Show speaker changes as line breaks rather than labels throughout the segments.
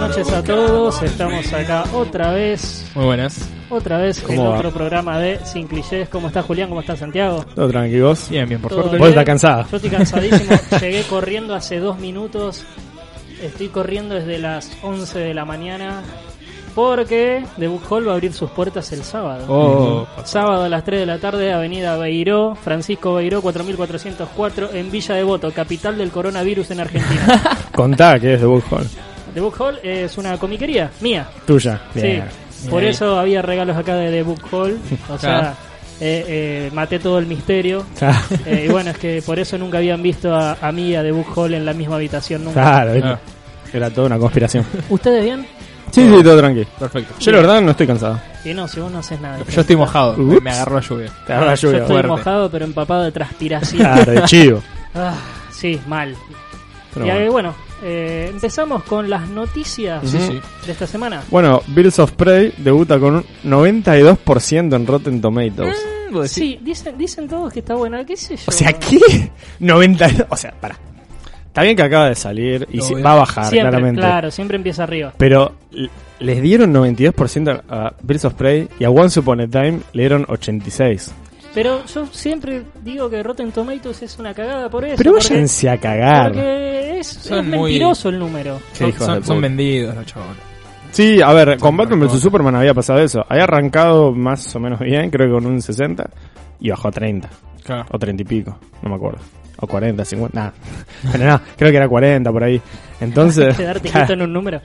noches a todos, estamos acá otra vez,
Muy buenas.
otra vez en
¿Cómo va?
otro programa de Sin Clichés. ¿Cómo está Julián? ¿Cómo está Santiago?
Todo tranquilo. Vos,
Bien, bien, por
Todo
suerte.
Vos
bien.
estás cansada.
Yo estoy cansadísimo, llegué corriendo hace dos minutos, estoy corriendo desde las 11 de la mañana porque The Book Hall va a abrir sus puertas el sábado.
Oh,
Sábado a las 3 de la tarde, Avenida Beiró, Francisco Beiró 4404, en Villa Devoto, capital del coronavirus en Argentina.
Contá que es de Bullhorn.
The Book Hall es una comiquería mía.
Tuya.
Sí, por eso había regalos acá de The Book Hall. O sea,
Claro.
eh, eh, maté todo el misterio.
Ah,
Eh, y bueno, es que por eso nunca habían visto a, a mí y a The Book Hall en la misma habitación nunca.
Claro, ¿viste?
Ah,
era toda una conspiración.
¿Ustedes bien?
Sí, sí, todo tranquilo.
perfecto.
Yo la verdad no estoy cansado.
Y no, si vos no haces nada.
Yo estoy mojado.
Ups.
Me agarró la lluvia.
Te agarra la
Yo
lluvia.
estoy
fuerte.
mojado, pero empapado de transpiración.
Claro, de chivo.
Ah, sí, mal.
Pero
y eh,
bueno.
bueno, eh, empezamos con las noticias
Sí, sí.
de esta semana.
Bueno, Birds of Prey debuta con un 92% en Rotten Tomatoes.
Mm,
Sí, dicen, dicen todos que está buena, qué sé yo.
O sea, ¿qué? 92. O sea, pará. Está bien que acaba de salir y
Lo
sí-
veo.
va a bajar,
siempre,
claramente.
claro, siempre empieza arriba.
Pero l- les dieron 92% a Birds of Prey y a Once Upon a Time le dieron 86%.
Pero yo siempre digo que Rotten Tomatoes es una cagada por eso.
Pero
porque-
váyanse a cagar.
Porque es,
Son
es
muy-
mentiroso el número.
Qué
Son,
hijos
son-
de
son
puta.
vendidos los chabones.
Sí, a ver, con
Son
Batman vs
mejores.
Superman había pasado eso. Había arrancado más o menos bien, creo que con un 60 y bajó a 30
Claro.
o 30 y pico, no me acuerdo. O 40, 50, nada. Pero no, creo que era 40 por ahí. Entonces,
Quedarte quieto
claro,
en un número.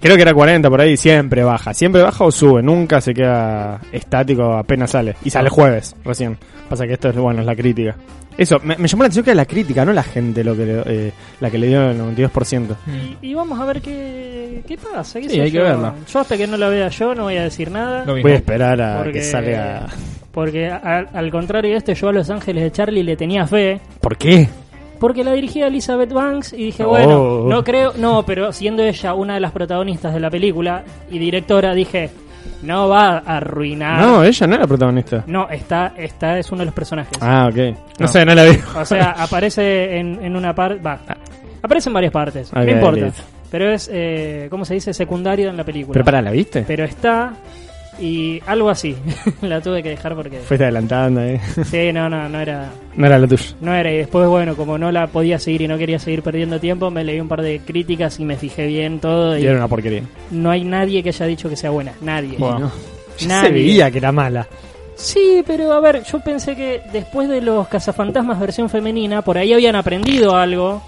creo que era 40 por ahí, siempre baja. Siempre baja o sube, nunca se queda estático, apenas sale. Y sale jueves recién. Pasa que esto es, bueno, es la crítica. Eso, me, me llamó la atención que era la crítica, no la gente lo que le- eh, la que le dio el 92%.
Mm.
Y vamos a ver qué, qué pasa. qué
Sí,
sé
hay que
yo.
verla.
Yo hasta que no la vea yo no voy a decir nada.
Lo mismo.
Voy a esperar a
Porque-
que salga...
Porque al, al contrario de este, yo a Los Ángeles de Charlie le tenía fe.
¿Por qué?
Porque la dirigía Elizabeth Banks y dije,
Oh.
bueno, no creo, no, pero siendo ella una de las protagonistas de la película y directora, dije, no va a arruinar.
No, ella no era protagonista.
No, está, está, es uno de los personajes.
Ah, ok. No,
No.
sé, no la vi.
O sea, aparece en, en una parte. Va. Aparece en varias partes.
Ok,
no importa.
listo.
Pero es, eh, ¿cómo se dice? Secundario en la película.
Pero pará, ¿la viste?
Pero está. Y algo así. la tuve que dejar porque.
Fuiste adelantando, eh.
Sí, no, no, no era.
No era la tuya.
No era. Y después, bueno, como no la podía seguir y no quería seguir perdiendo tiempo, me leí un par de críticas y me fijé bien todo.
Y
Y
era una porquería.
no hay nadie que haya dicho que sea buena. Nadie.
Bueno.
Ya
Nadie.
se veía que era mala.
Sí, pero a ver, yo pensé que después de los cazafantasmas versión femenina, por ahí habían aprendido algo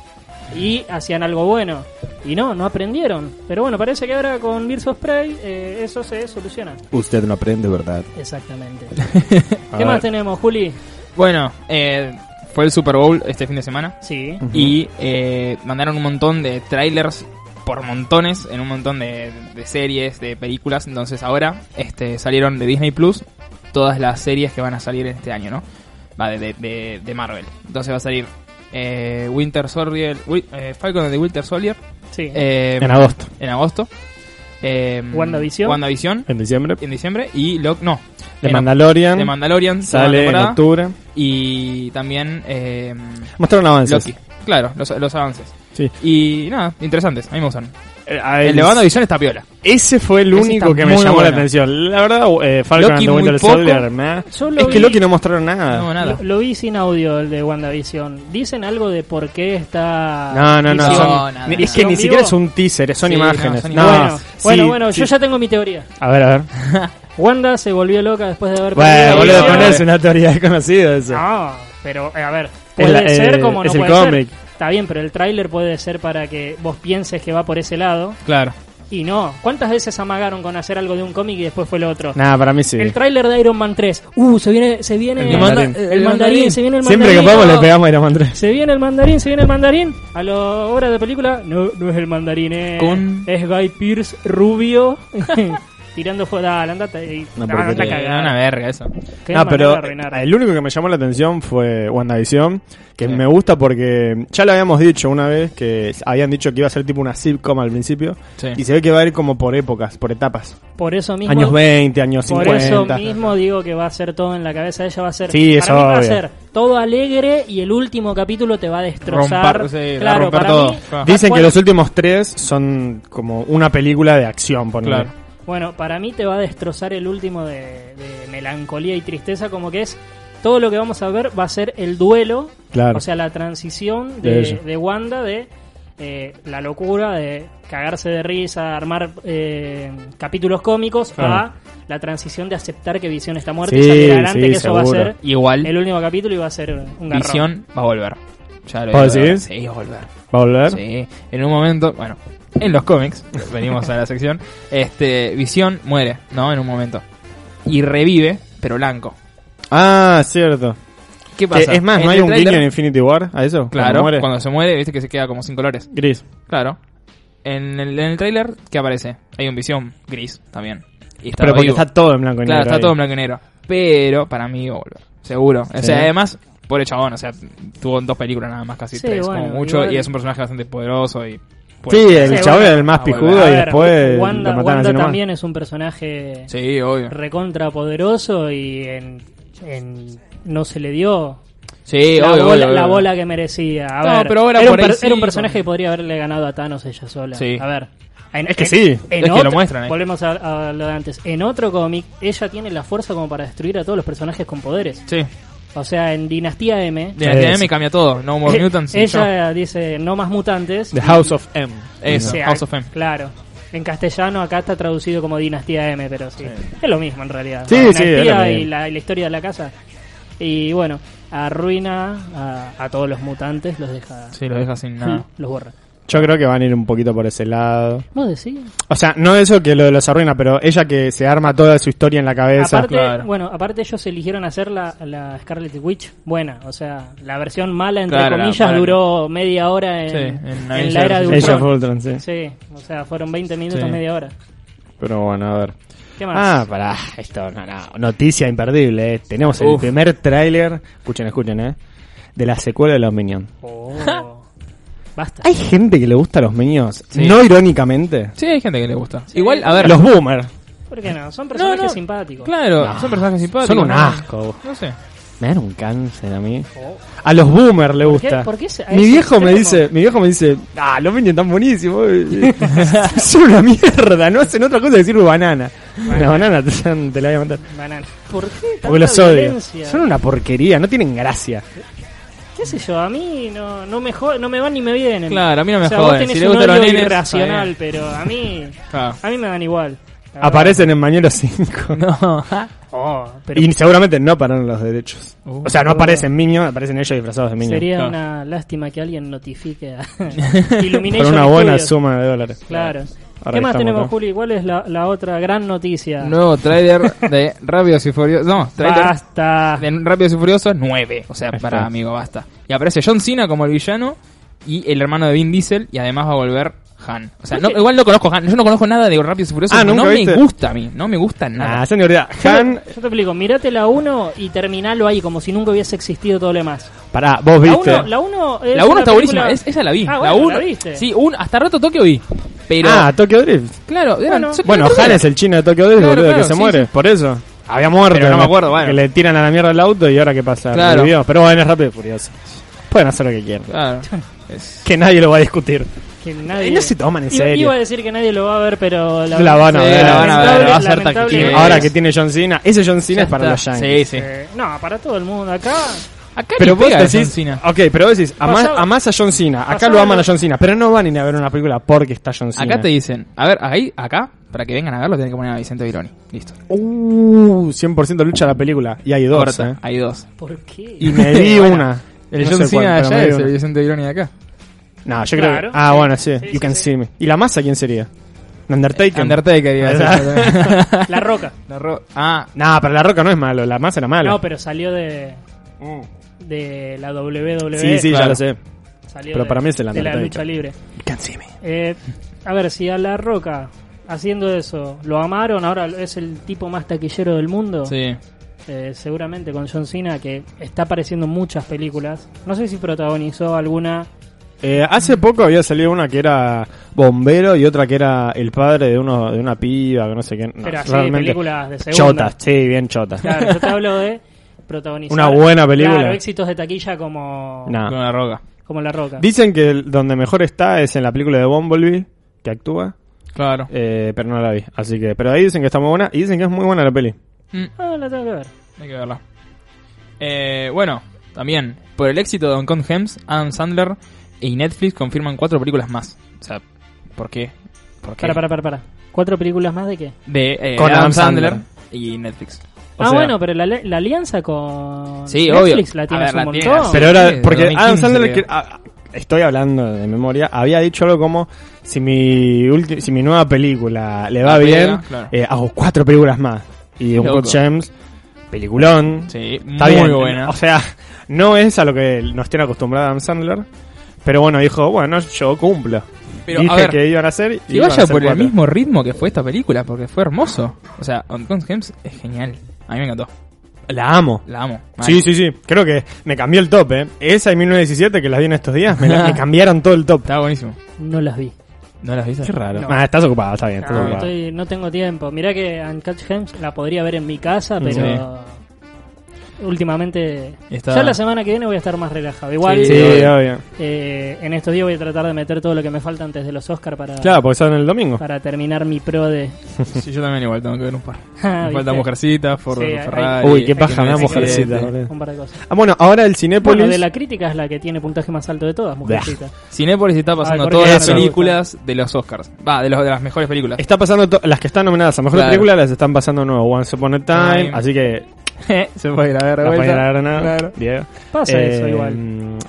y hacían algo bueno. Y no, no aprendieron. Pero bueno, parece que ahora con Birds of Prey eh, eso se soluciona.
Usted no aprende, ¿verdad?
Exactamente.
A
¿Qué
ver.
más tenemos, Juli?
Bueno, eh, fue el Super Bowl este fin de semana.
Sí.
Y eh, mandaron un montón de trailers por montones en un montón de, de series, de películas. Entonces ahora este, salieron de Disney Plus todas las series que van a salir en este año, ¿no? Va de, de- de- de Marvel. Entonces va a salir eh, Winter Soldier, Wi- eh, Falcon and the Winter Soldier
Sí.
eh,
En agosto.
en agosto. Eh,
WandaVision.
WandaVision
En diciembre.
en diciembre y Loc no.
The
en-
Mandalorian.
The Mandalorian segunda
sale en
temporada,
octubre.
y también eh,
Mostraron avances.
Loki. Claro, los, los avances.
Sí.
Y nada, interesantes, a mí me gustan.
Eh, a
El
él-
de WandaVision está piola.
Ese fue el
Ese
único
está
que me
muy
llamó la
bueno.
atención. La verdad, eh, Falcon
Loki
and the
muy
Winter
poco.
Soldier, meh.
Yo lo
Es que
vi-
Loki no mostraron nada.
No,
Lo,
nada.
lo vi sin audio el de WandaVision. ¿Dicen algo de por qué está.?
No, no, no.
Visión.
son-
No, nada,
ni- es
nada.
que ni
¿Visión
siquiera
vivo?
es un teaser, son
Sí, no,
imágenes.
son
No,
imágenes.
bueno, bueno,
sí,
bueno, yo
sí.
ya tengo mi teoría.
A ver, a ver.
Wanda se volvió loca después de haber
Bueno,
perdido
boludo,
la
sí,
pero no
sí.
es una teoría desconocida eso.
No, pero eh, a ver,
Es
puede
la- eh,
ser como no
es el
puede ser.
cómic.
Está bien, pero el tráiler puede ser para que vos pienses que va por ese lado
Claro.
y no. ¿Cuántas veces amagaron con hacer algo de un cómic y después fue lo otro?
Nada, para mí sí.
El tráiler de Iron Man 3. Uh, se viene se viene
El mandarín.
el mandarín, se viene el mandarín.
Siempre que podemos le
no.
pegamos a Iron Man 3.
Se viene el mandarín, se viene el mandarín. A la hora de película, no, no es el mandarín, eh.
Con-
es Guy Pierce rubio tirando fuera la andate y
No,
Ah,
porque
anda
te-
a
Era
cagar.
Eh, una verga eso.
Qué
No,
manera de
pero
arruinar.
el único que me llamó la atención fue WandaVision, que me gusta porque ya lo habíamos dicho una vez, que habían dicho que iba a ser tipo una sitcom al principio,
Sí.
y se ve que va a ir como por épocas, por etapas.
Por eso mismo.
Años 20, años
por
50.
eso mismo digo que va a ser todo en la cabeza de ella. Va a ser.
Sí, es
para mí va a
obvio.
ser todo alegre y el último capítulo te va a destrozar.
Romper, sí, va a
claro,
romper
para
todo. Ah.
mí,
Claro.
Dicen que
Bueno,
los últimos tres son como una película de acción, por
Claro.
Bueno, para mí te va a destrozar el último de, de melancolía y tristeza, como que es todo lo que vamos a ver va a ser el duelo,
Claro.
o sea, la transición
De
de,
ella.
de Wanda de eh, la locura de cagarse de risa, armar eh, capítulos cómicos,
Claro.
a la transición de aceptar que Visión está muerta y
Sí,
salir adelante,
sí,
que eso va a
seguro.
ser
Igual,
el último capítulo y va a ser un garrón.
Visión va a volver. Ya lo
¿Ah,
digo,
sí?
Sí, va a volver.
¿Va a volver?
Sí, en un momento, bueno, en los cómics, venimos a la sección, este, Visión muere, ¿no? En un momento. Y revive, pero blanco.
Ah, cierto.
¿Qué
Que,
pasa?
Eh, es más,
En
¿no hay
el
un
tráiler-
guiño en Infinity War a eso?
Claro,
Cuando muere.
cuando se muere, viste que se queda como sin colores.
Gris.
Claro. En el, en el trailer, ¿qué aparece? Hay un Visión gris también. Y está
Pero porque
vivo.
está todo en blanco y
Claro,
negro.
está
ahí.
todo en blanco y negro. Pero para mí va a volver. Seguro. O
Sí.
sea, además, pobre chabón. O sea, tuvo dos películas nada más, casi
Sí,
tres,
bueno,
como mucho.
igual-
Y es un personaje bastante poderoso y.
Sí, eh.
puede-
el
Sí,
chabón
bueno.
era el más
Ah, bueno.
picudo
A
y
ver,
después
Wanda,
lo mataron
Wanda
así nomás.
también es un personaje
sí, obvio.
recontra poderoso y en, en- no se le dio
Sí,
la,
obvio,
bola,
obvio,
la
obvio.
bola que merecía. A
No,
ver,
pero ahora
era,
por
un
ahí
per-
sí,
era un
con-
personaje que podría haberle ganado a Thanos ella sola.
Sí.
A ver. En-
Es que
en-
sí.
en
Es que
otro-
lo muestran, eh.
Volvemos a, a lo de antes. En otro cómic, ella tiene la fuerza como para destruir a todos los personajes con poderes.
Sí.
O sea, en Dinastía M, eh,
De la
Sí,
TNM
sí.
cambia todo. No More Mutants. y ya.
ella dice no más mutantes.
The House of M.
Eso,
sea,
House of M.
Claro. En castellano acá está traducido como Dinastía M, pero sí. Es lo mismo en realidad.
Sí,
La
sí,
dinastía
es lo mismo.
y la, y la historia de la casa. Y bueno, arruina a, a todos los mutantes, los deja.
Sí, lo deja sin nada.
Los borra.
Yo creo que van a ir un poquito por ese lado.
¿Vos decís?
O sea, no eso que lo de los arruina, pero ella que se arma toda su historia en la cabeza.
aparte,
claro.
bueno, aparte ellos eligieron hacer la, la Scarlet Witch buena, o sea, la versión mala entre
Claro, la
comillas
mala.
duró media hora en,
Sí, en
en
Avengers.
la era de
Ella fue
Ultron.
Ultron, sí.
Sí, o sea, fueron 20 minutos,
Sí.
media hora.
Pero bueno, a ver.
¿Qué más?
Ah, pará, esto, no, no. Noticia imperdible, eh. Tenemos el
Uf.
primer tráiler, escuchen, escuchen, eh, de la secuela de los Minions.
Oh. Basta.
Hay gente que le gusta a los Minions,
Sí.
no irónicamente.
Sí, hay gente que le gusta. Igual, a ver.
Los Boomers.
¿Por qué no? Son
No,
personajes
no.
simpáticos.
Claro,
No.
son personajes simpáticos.
Son un
¿no?
asco.
No sé.
Me dan un cáncer a mí.
Oh.
A los Boomers le
¿Por qué-
gusta.
por qué se- a
mi
ese
viejo me
extremo?
dice, mi viejo me dice, ah, los Minions están buenísimos. eh. Son una mierda, no hacen otra cosa que decir banana. Una banana te, te la voy a mandar.
Banana. ¿Por qué tanta
Porque los odio.
violencia?
Son una porquería, no tienen gracia.
¿Qué sé yo? A mí no, no, me jo- no me van ni me vienen.
Claro, a mí no me
o sea,
joden.
Vos tenés
Si le
un
gustan los
odio
nenes, está
irracional,
bien.
pero a mí,
Claro.
a mí me dan igual. La verdad.
Aparecen en Mañuelo 5.
Ah. No.
Oh, pero
Y seguramente no pararon los derechos.
Uh.
o sea, no aparecen Minions, aparecen ellos disfrazados de Minions.
sería
Claro.
una lástima que alguien notifique a
Por
Illumination
una buena
Studios.
suma de dólares.
Claro.
Ahora
¿Qué más
estamos
tenemos,
acá.
Juli? ¿Cuál es la, la otra gran noticia?
Nuevo tráiler de Rápidos y Furiosos. No, tráiler
Basta.
de Rápidos y Furiosos 9. O sea,
Ahí
para
está.
amigo, basta. Y aparece John Cena como el villano y el hermano de Vin Diesel y además va a volver Han. O sea, no- igual no conozco Han. Yo no conozco nada de Rápidos y Furiosos.
Ah,
no
¿nunca
me
viste?
gusta a mí. No me gusta nada.
Ah, señoría,
Yo te-
Han,
Yo te explico, mirate la 1 y terminalo ahí como si nunca hubiese existido todo lo demás.
pará, vos
La
viste.
1 la uno es
la 1
una
está
película-
buenísima. Es- esa la vi.
Ah,
la
bueno,
1.
viste.
Sí, un, hasta rato Tokio vi. Pero.
Ah, Tokyo Drift.
claro, eran-
bueno.
son-
Bueno,
eran-
Han es el chino de Tokyo Drift,
Claro,
boludo,
claro,
que se
sí,
muere.
sí.
Por eso. Había muerto.
Pero no me
¿no?
acuerdo, bueno.
Que le tiran a la mierda el auto y ahora qué pasa.
Claro.
Revivió. Pero bueno, es rápido y furioso. Pueden hacer lo que quieran.
Claro. Es-
Que nadie lo va a discutir.
Que nadie-
Eh, no se toman en
Iba-
serio.
Iba a decir que nadie lo va a ver, pero la,
La van a
Sí,
ver.
la van a ver,
Lamentable-
va a ser
lamentable-
tactil.
Eh,
Ahora que tiene John Cena, ese John Cena
Ya
es para
está.
los Yankees.
Sí, sí.
eh, no, para todo el mundo acá.
Acá
Pero
ni
vos
pega de John
decís, Ah,
Cena.
ok, pero vos decís, amás,
Pasaba-
amás a John Cena, acá
pasaba
lo aman
lo-
a John Cena, pero no van a ir a ver una película porque está John Cena.
Acá te dicen, a ver, ahí, acá, para que vengan a verlo, tienen que poner a Vicente Vironi. Listo.
Uh, 100% lucha la película, y hay dos,
Corta,
eh.
hay dos.
¿Por qué?
Y me vi
Bueno,
una.
El
No
John
sé cuál,
Cena
pero
de
me
allá
vi
es el
una.
Vicente Vironi de acá.
No, yo
Claro.
creo que... Ah,
Sí.
bueno, sí.
Sí,
you
sí,
can
sí.
see me. ¿Y la masa quién sería? Undertaker.
Undertaker iba a decir.
La roca.
La ro- Ah,
no, pero La Roca no es malo, la masa era mala.
No, pero salió de. De la WWE.
Mm. sí, sí, ya
claro.
lo sé.
Salió
pero
de-
para mí es el
De la
Undertaker.
lucha libre.
You can see me.
Eh, a ver, si a La Roca haciendo eso lo amaron, ahora es el tipo más taquillero del mundo.
sí.
Eh, seguramente con John Cena, que está apareciendo en muchas películas. No sé si protagonizó alguna.
Eh, hace poco había salido una que era bombero y otra que era el padre de uno de una piba, que no sé qué. No,
pero así,
realmente
películas de segunda.
chotas, sí, bien chotas.
Claro, yo te hablo de protagonizar.
Una buena película.
Claro, éxitos de taquilla como,
Nah.
Con la roca.
como La Roca.
Dicen que el- donde mejor está es en la película de Bumblebee, que actúa,
Claro.
eh, pero no la vi. Así que, pero ahí dicen que está muy buena y dicen que es muy buena la peli.
Mm.
Ah, la tengo que ver.
Hay que verla. Eh, bueno, también, por el éxito de Don Kong Hems, Adam Sandler y Netflix confirman cuatro películas más. O sea, ¿por qué? ¿Por qué?
Para, para, para, para. ¿Cuatro películas más de qué?
De, eh,
Con
Adam,
Adam
Sandler,
Sandler.
y Netflix.
O
ah,
sea-
bueno, pero la, la alianza con
Sí,
Netflix
obvio.
la
A
tienes
ver, la
un
tiene, Ah,
montón.
sí.
Pero ahora,
de
porque
2015
Adam Sandler,
creo.
que- ah, estoy hablando de memoria, había dicho algo como, si mi, ulti- si mi nueva película le
La
va bien,
Ah, pega, claro.
eh, hago cuatro películas más. Y un
Loco.
Good James, peliculón,
Sí,
está
muy
bien. Oh,
buena.
O sea, no es a lo que nos tiene acostumbrado Adam Sandler, pero bueno, dijo, bueno, yo cumplo.
Pero,
Dije
a ver,
que iban a hacer y
que
iban a
vaya
hacer
por el
cuatro.
mismo ritmo que fue esta película, porque fue hermoso. O sea, Don Kong Hems es genial. A mí me encantó.
La amo.
La amo.
Sí, sí, sí. Creo que me cambió el top, ¿eh? Esa y 1917 que las vi en estos días, me, la- me cambiaron todo el top.
Estaba buenísimo.
No las vi.
¿No las viste?
Qué raro.
No.
Ah, estás ocupado, está bien. Estás
No,
ocupado.
estoy- no tengo tiempo. Mirá que Uncatch Hems la podría ver en mi casa, pero últimamente...
Está-
Ya la semana que viene voy a estar más relajado. Igual
Sí,
eh,
obvio.
eh, en estos días voy a tratar de meter todo lo que me falta antes de los Oscar para,
Claro, porque son el domingo.
para terminar mi pro de...
Sí, yo también igual tengo que ver un par.
Ah,
Me falta
¿viste?
Mujercita, Ford
Sí, hay-
Ferrari.
Uy, qué
Hay
paja,
que
me da
ver
Mujercita,
Siete.
boludo.
Un par de cosas.
Ah, bueno, ahora el Cinépolis.
Bueno, de la crítica es la que tiene puntaje más alto de todas, mujercita.
Cinépolis está pasando
Ay, ¿por
todas
qué?
las
Eso.
películas de los Oscars. Va, de, los, de las mejores películas.
Está pasando to- las que están nominadas a mejor
Claro.
película, las están pasando nuevo. Once Upon a Time,
Time.
así que.
Se puede ir a ver,
La pueden ir a ver, ¿no? Diego.
Pasa
Eh,
eso igual.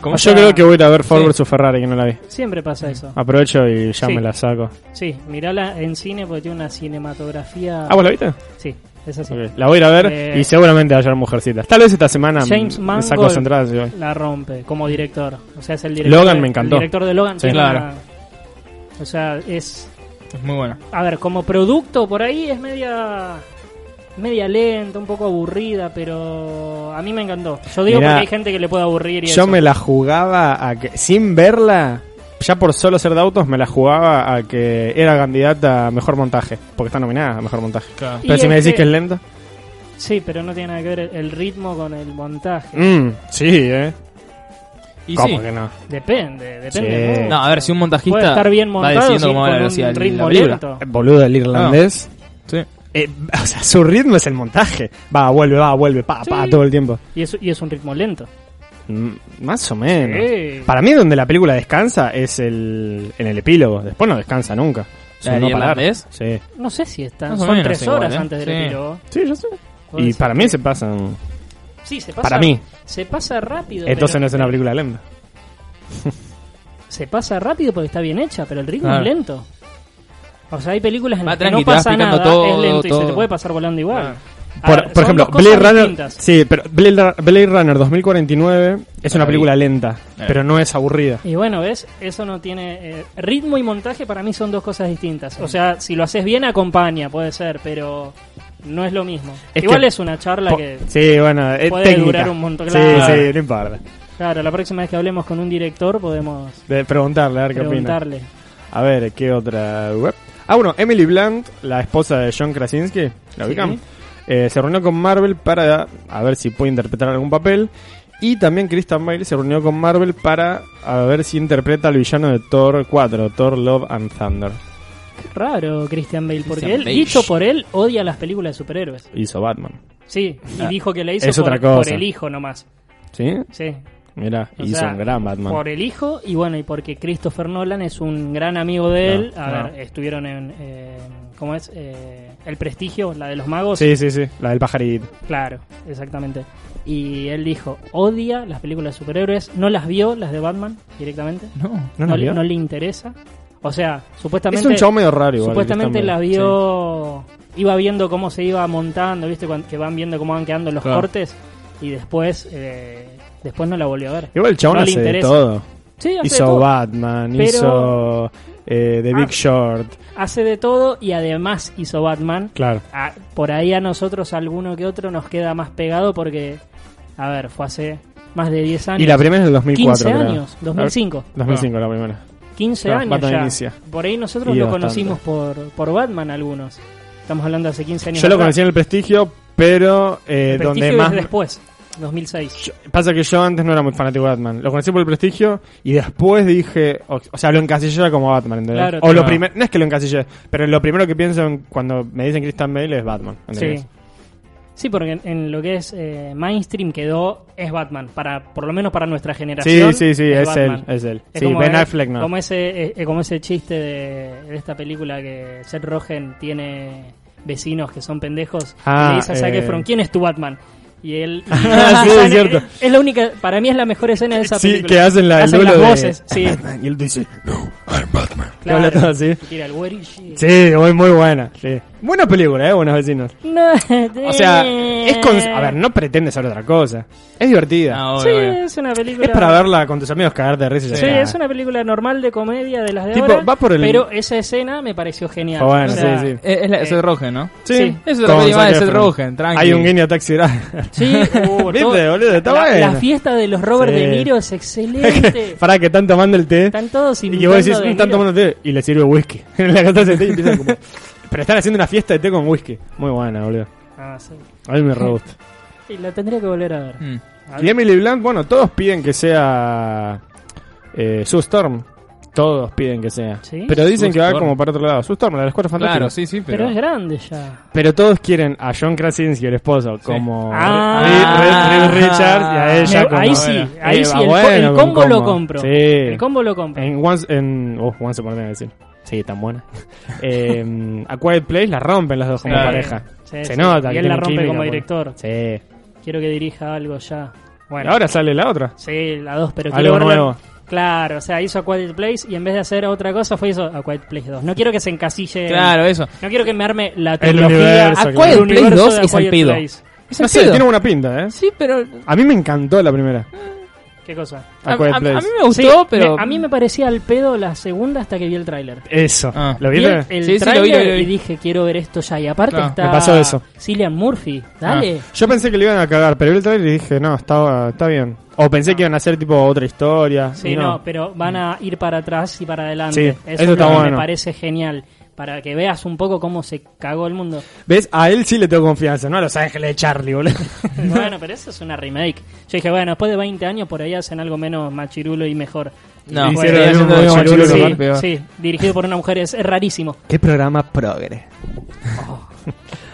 ¿Cómo
Yo
está?
creo que voy a ir a ver Ford
Sí.
vs Ferrari, que no la vi.
Siempre
mm.
pasa eso.
Aprovecho y ya
Sí.
me la saco.
Sí, mirala en cine porque tiene una cinematografía...
Ah, ¿vos la viste?
Sí, es así.
Ok, La voy a ir a ver
Eh,
y seguramente va a llegar Mujercitas. Tal vez esta semana m-
James
me saco las
Mangold.
entradas. y voy.
La rompe como director. O sea, es el director.
Logan
de-
me encantó.
El director de Logan.
Sí,
tiene
claro.
una- o sea, es.
Es muy bueno.
A ver, como producto por ahí es media. Media lenta, un poco aburrida, pero a mí me encantó. Yo digo
Mirá,
porque hay gente que le puede aburrir y
Yo
eso.
me la jugaba a que, sin verla, ya por solo ser de autos, me la jugaba a que era candidata a mejor montaje, porque está nominada a mejor montaje.
Y este
Pero si
es
me decís
que-
que es lento,
Sí, pero no tiene nada que ver el- el ritmo con el montaje.
mm, sí, ¿eh?
Y
¿Cómo
sí.
que no?
Depende, depende.
Sí.
mucho.
No, a ver, si un montajista
Puede estar bien
va
montado
decidiendo
sí,
cómo va la
con
velocidad
un
de la
ritmo
película.
lento.
Eh, Boludo, el irlandés.
Sí.
eh, o sea, su ritmo es el montaje. Va, vuelve, va, vuelve, pa, pa,
Sí.
todo el tiempo.
Y es, y es un ritmo lento. Eh,
Mm, más o menos.
Sí.
Para mí, donde la película descansa es el, en el epílogo. Después no descansa nunca. Es
¿La
un
del
no parar.
irlandés?
Sí.
No sé si está.
Más o
Son
menos
tres
igual,
horas
¿eh?
antes del
Sí.
epílogo.
Sí, yo sé.
Puedo
Y
decir
para mí
que-
se pasan.
Sí, se pasa.
Para mí.
Se pasa rápido.
Entonces
pero-
no es una película lenta.
Se pasa rápido porque está bien hecha, pero el ritmo
Claro.
es lento. O sea, hay películas en
Va
las que
tranqui,
no
te vas
pasa
picando
nada,
todo,
es lento y
todo.
se te puede pasar volando igual. A
Por,
ver,
por
Ah, son
ejemplo,
dos cosas
Blade Runner.
distintas.
Sí, pero Blade, Blade Runner 2049 es
La
una
vi.
película lenta,
Eh.
La vi.
pero no es aburrida.
Y bueno, ¿ves? Eso no tiene... eh, ritmo y montaje para mí son dos cosas distintas. O sea, si lo haces bien acompaña, puede ser, pero no es lo mismo.
Es
igual
que-
es una charla
Po-
que...
sí, bueno, es
puede
técnica.
durar un montón,
Sí,
claro.
sí, no importa.
Claro, la próxima vez que hablemos con un director podemos
De preguntarle, a ver qué opina.
preguntarle.
A ver, ¿qué otra web? Ah, bueno, Emily Blunt, la esposa de John Krasinski, la
Sí.
ubican, eh, se reunió con Marvel para a ver si puede interpretar algún papel. Y también Christian Bale se reunió con Marvel para a ver si interpreta al villano de Thor 4, Thor Love and Thunder.
Qué Raro, Christian Bale, porque
Christian
él,
Bale.
dicho por él, odia las películas de superhéroes.
Hizo Batman.
Sí, y
Ah,
dijo que la hizo
es
por,
otra cosa.
por el hijo nomás.
¿Sí?
Sí,
Mira,
O
hizo
sea,
un gran Batman.
por el hijo y bueno, y porque Christopher Nolan es un gran amigo de
No,
él. A
no.
ver, estuvieron en. eh, ¿Cómo es? Eh, el Prestigio, la de los magos.
Sí, sí, sí, la del pajarito.
Claro, exactamente. Y él dijo: odia las películas de superhéroes, no las vio, las de Batman directamente.
No.
No,
No,
la
le,
vio?
no le interesa. O sea, supuestamente.
Es un chavo medio raro igual.
Supuestamente
Christian
la
Bale.
vio. Iba viendo cómo se iba montando, ¿viste? Cuan- Que van viendo cómo van quedando los
Claro.
cortes. Y después. eh, después no la volvió a ver.
Igual el chabón
No le
hace de
interesa.
todo.
Sí, hace
Hizo
de todo.
Batman,
Pero-
hizo eh, The Big
Ah.
Short.
Hace de todo y además hizo Batman.
Claro.
A- por ahí a nosotros, alguno que otro, nos queda más pegado porque. A ver, fue hace más de 10 años.
Y la primera es del 2004.
15
creo.
Ah, años, 2005.
2005 la primera.
15
Claro,
años
Batman
ya.
inicia.
Por ahí nosotros
Y
lo
bastante.
conocimos por, por Batman, algunos. Estamos hablando hace 15 años.
Yo lo
atrás.
conocí en el Prestigio, pero eh,
El
donde
Prestigio es
más
después. 2006.
Yo- Pasa que yo antes no era muy fanático de Batman. Lo conocí por el prestigio y después dije. O, o sea, lo encasillé ya como Batman, ¿entendés?
Claro,
o lo
claro.
primer- No es que lo encasillé, pero lo primero que pienso en- cuando me dicen Christian Bale es Batman. ¿entendés?
Sí. Sí, porque en, en lo que es eh, mainstream quedó es Batman, para por lo menos para nuestra generación.
Sí, sí, sí, es, él,
Batman.
es él.
Es
sí,
como-
Ben
es-
Affleck no.
Como ese, es- es como ese chiste de, de esta película que Seth Rogen tiene vecinos que son pendejos.
Ah,
y le dice a Zac
eh.
Efron, ¿quién es tu Batman? Y él... y-
Ah, sí,
o sea,
es cierto.
Es, es la única... Para mí es la mejor escena de esa
Sí,
película.
que hacen la- el
hacen las
duelo de-
voces. Sí,
Y él dice. Que
claro.
habla todo así.
Tira el "Where is she?".
Sí, muy, muy buena. Sí. Buena película, ¿eh? Buenos vecinos.
No,
O sea,
Eh.
es con... A ver, no pretende ser otra cosa. Es divertida.
Ah,
Sí,
obvio, obvio.
es una película...
Es para verla con tus amigos cagarte de risa. y ya
Sí,
está.
es una película normal de comedia de las de
Tipo,
ahora,
va por el-
pero esa escena me pareció genial.
Ah, bueno, sí,
Eh,
sí.
Es, es la de Seth Rogen, ¿no?
Sí.
Es otra
Con
peli más de
Zac
Seth
Efron.
Rogen, tranqui.
Hay un guiño a Taxi Driver.
Sí, uh,
¿Viste,
todo-
boludo? Está
la,
bueno.
la fiesta de los Robert
Sí.
De Niro es excelente.
Para que están tomando el té.
Están todos
y que vos decís,
imitando
"Mm,
De
están
Niro.
tomando té. Y le sirve whisky. En la casa de té y empiezan como... Pero están haciendo una fiesta de té con whisky. Muy buena, boludo.
Ah, sí.
A mí me re gusta.
Y la tendría que volver a ver.
Mm.
Y Emily Blunt, bueno, todos piden que sea eh, Sue Storm. Todos piden que sea.
¿Sí?
Pero dicen
Sue
que va
Storm.
como para otro lado. Sue Storm, la de los cuatro fantásticos.
Claro, sí, sí,
Pero,
pero...
es grande ya.
Pero todos quieren a John Krasinski, el esposo, como
Ah.
Ri- Ri- Ri- Richards y a ella
Me-
como...
ahí sí, ahí
Eh,
sí.
va,
El, co-
bueno,
el
con
combo, lo compro.
Sí.
El combo lo compro.
En Once, en, oh, Once Upon a Time, iba a decir. Sí, tan buena. eh, a Quiet Place la rompen las dos como
Sí.
pareja.
Sí,
Se
sí.
nota.
Y
que
él la
tienen
rompe
química,
como
bueno.
director.
Sí.
Quiero que dirija algo ya. Bueno,
Ahora sale la otra.
sí, la dos, pero
Algo
quiero verla-
nuevo.
Claro, o sea, hizo A Quiet Place y en vez de hacer otra cosa fue hizo A Quiet Place 2. No quiero que se encasille.
Claro, eso.
No quiero que me arme la
El
trilogía.
universo,
A
A claro. Quiet
el
Place
universo
2
de A
es al
Quiet
pedo.
Place.
Es
No
al
sé,
pedo.
tiene buena pinta, ¿eh?
Sí, pero...
A mí me encantó la primera.
¿Qué cosa?
A,
A Quiet
a- a mí
Place.
me gustó,
Sí, me-
pero...
a mí me parecía al pedo la segunda hasta que vi el tráiler.
Eso.
Ah.
¿Lo
Vi
viste?
el, el
Sí, sí, lo vi,
tráiler
lo vi, lo vi.
y dije, quiero ver esto ya. Y aparte
Claro,
está...
me pasó eso. Ah,
Cillian Murphy, dale.
Yo pensé que le iban a cagar, pero vi el trailer y dije, no, está, está bien. O pensé que iban a hacer tipo otra historia.
Sí,
y
no. pero van a ir para atrás y para
Sí,
adelante.
eso
eso es lo
está
que
bueno.
me parece genial. Para que veas un poco cómo se cagó el mundo.
¿Ves? A él sí le tengo confianza, no a los ángeles de Charlie, boludo.
bueno, pero eso es una remake. Yo dije, bueno, después de 20 años por ahí hacen algo menos machirulo y mejor.
No,
Hicieron
bueno,
el
eso
mismo
no,
de
no,
Machirulo,
sí.
¿verdad?
peor.
sí, dirigido por una mujer es, es rarísimo.
Qué programa progre.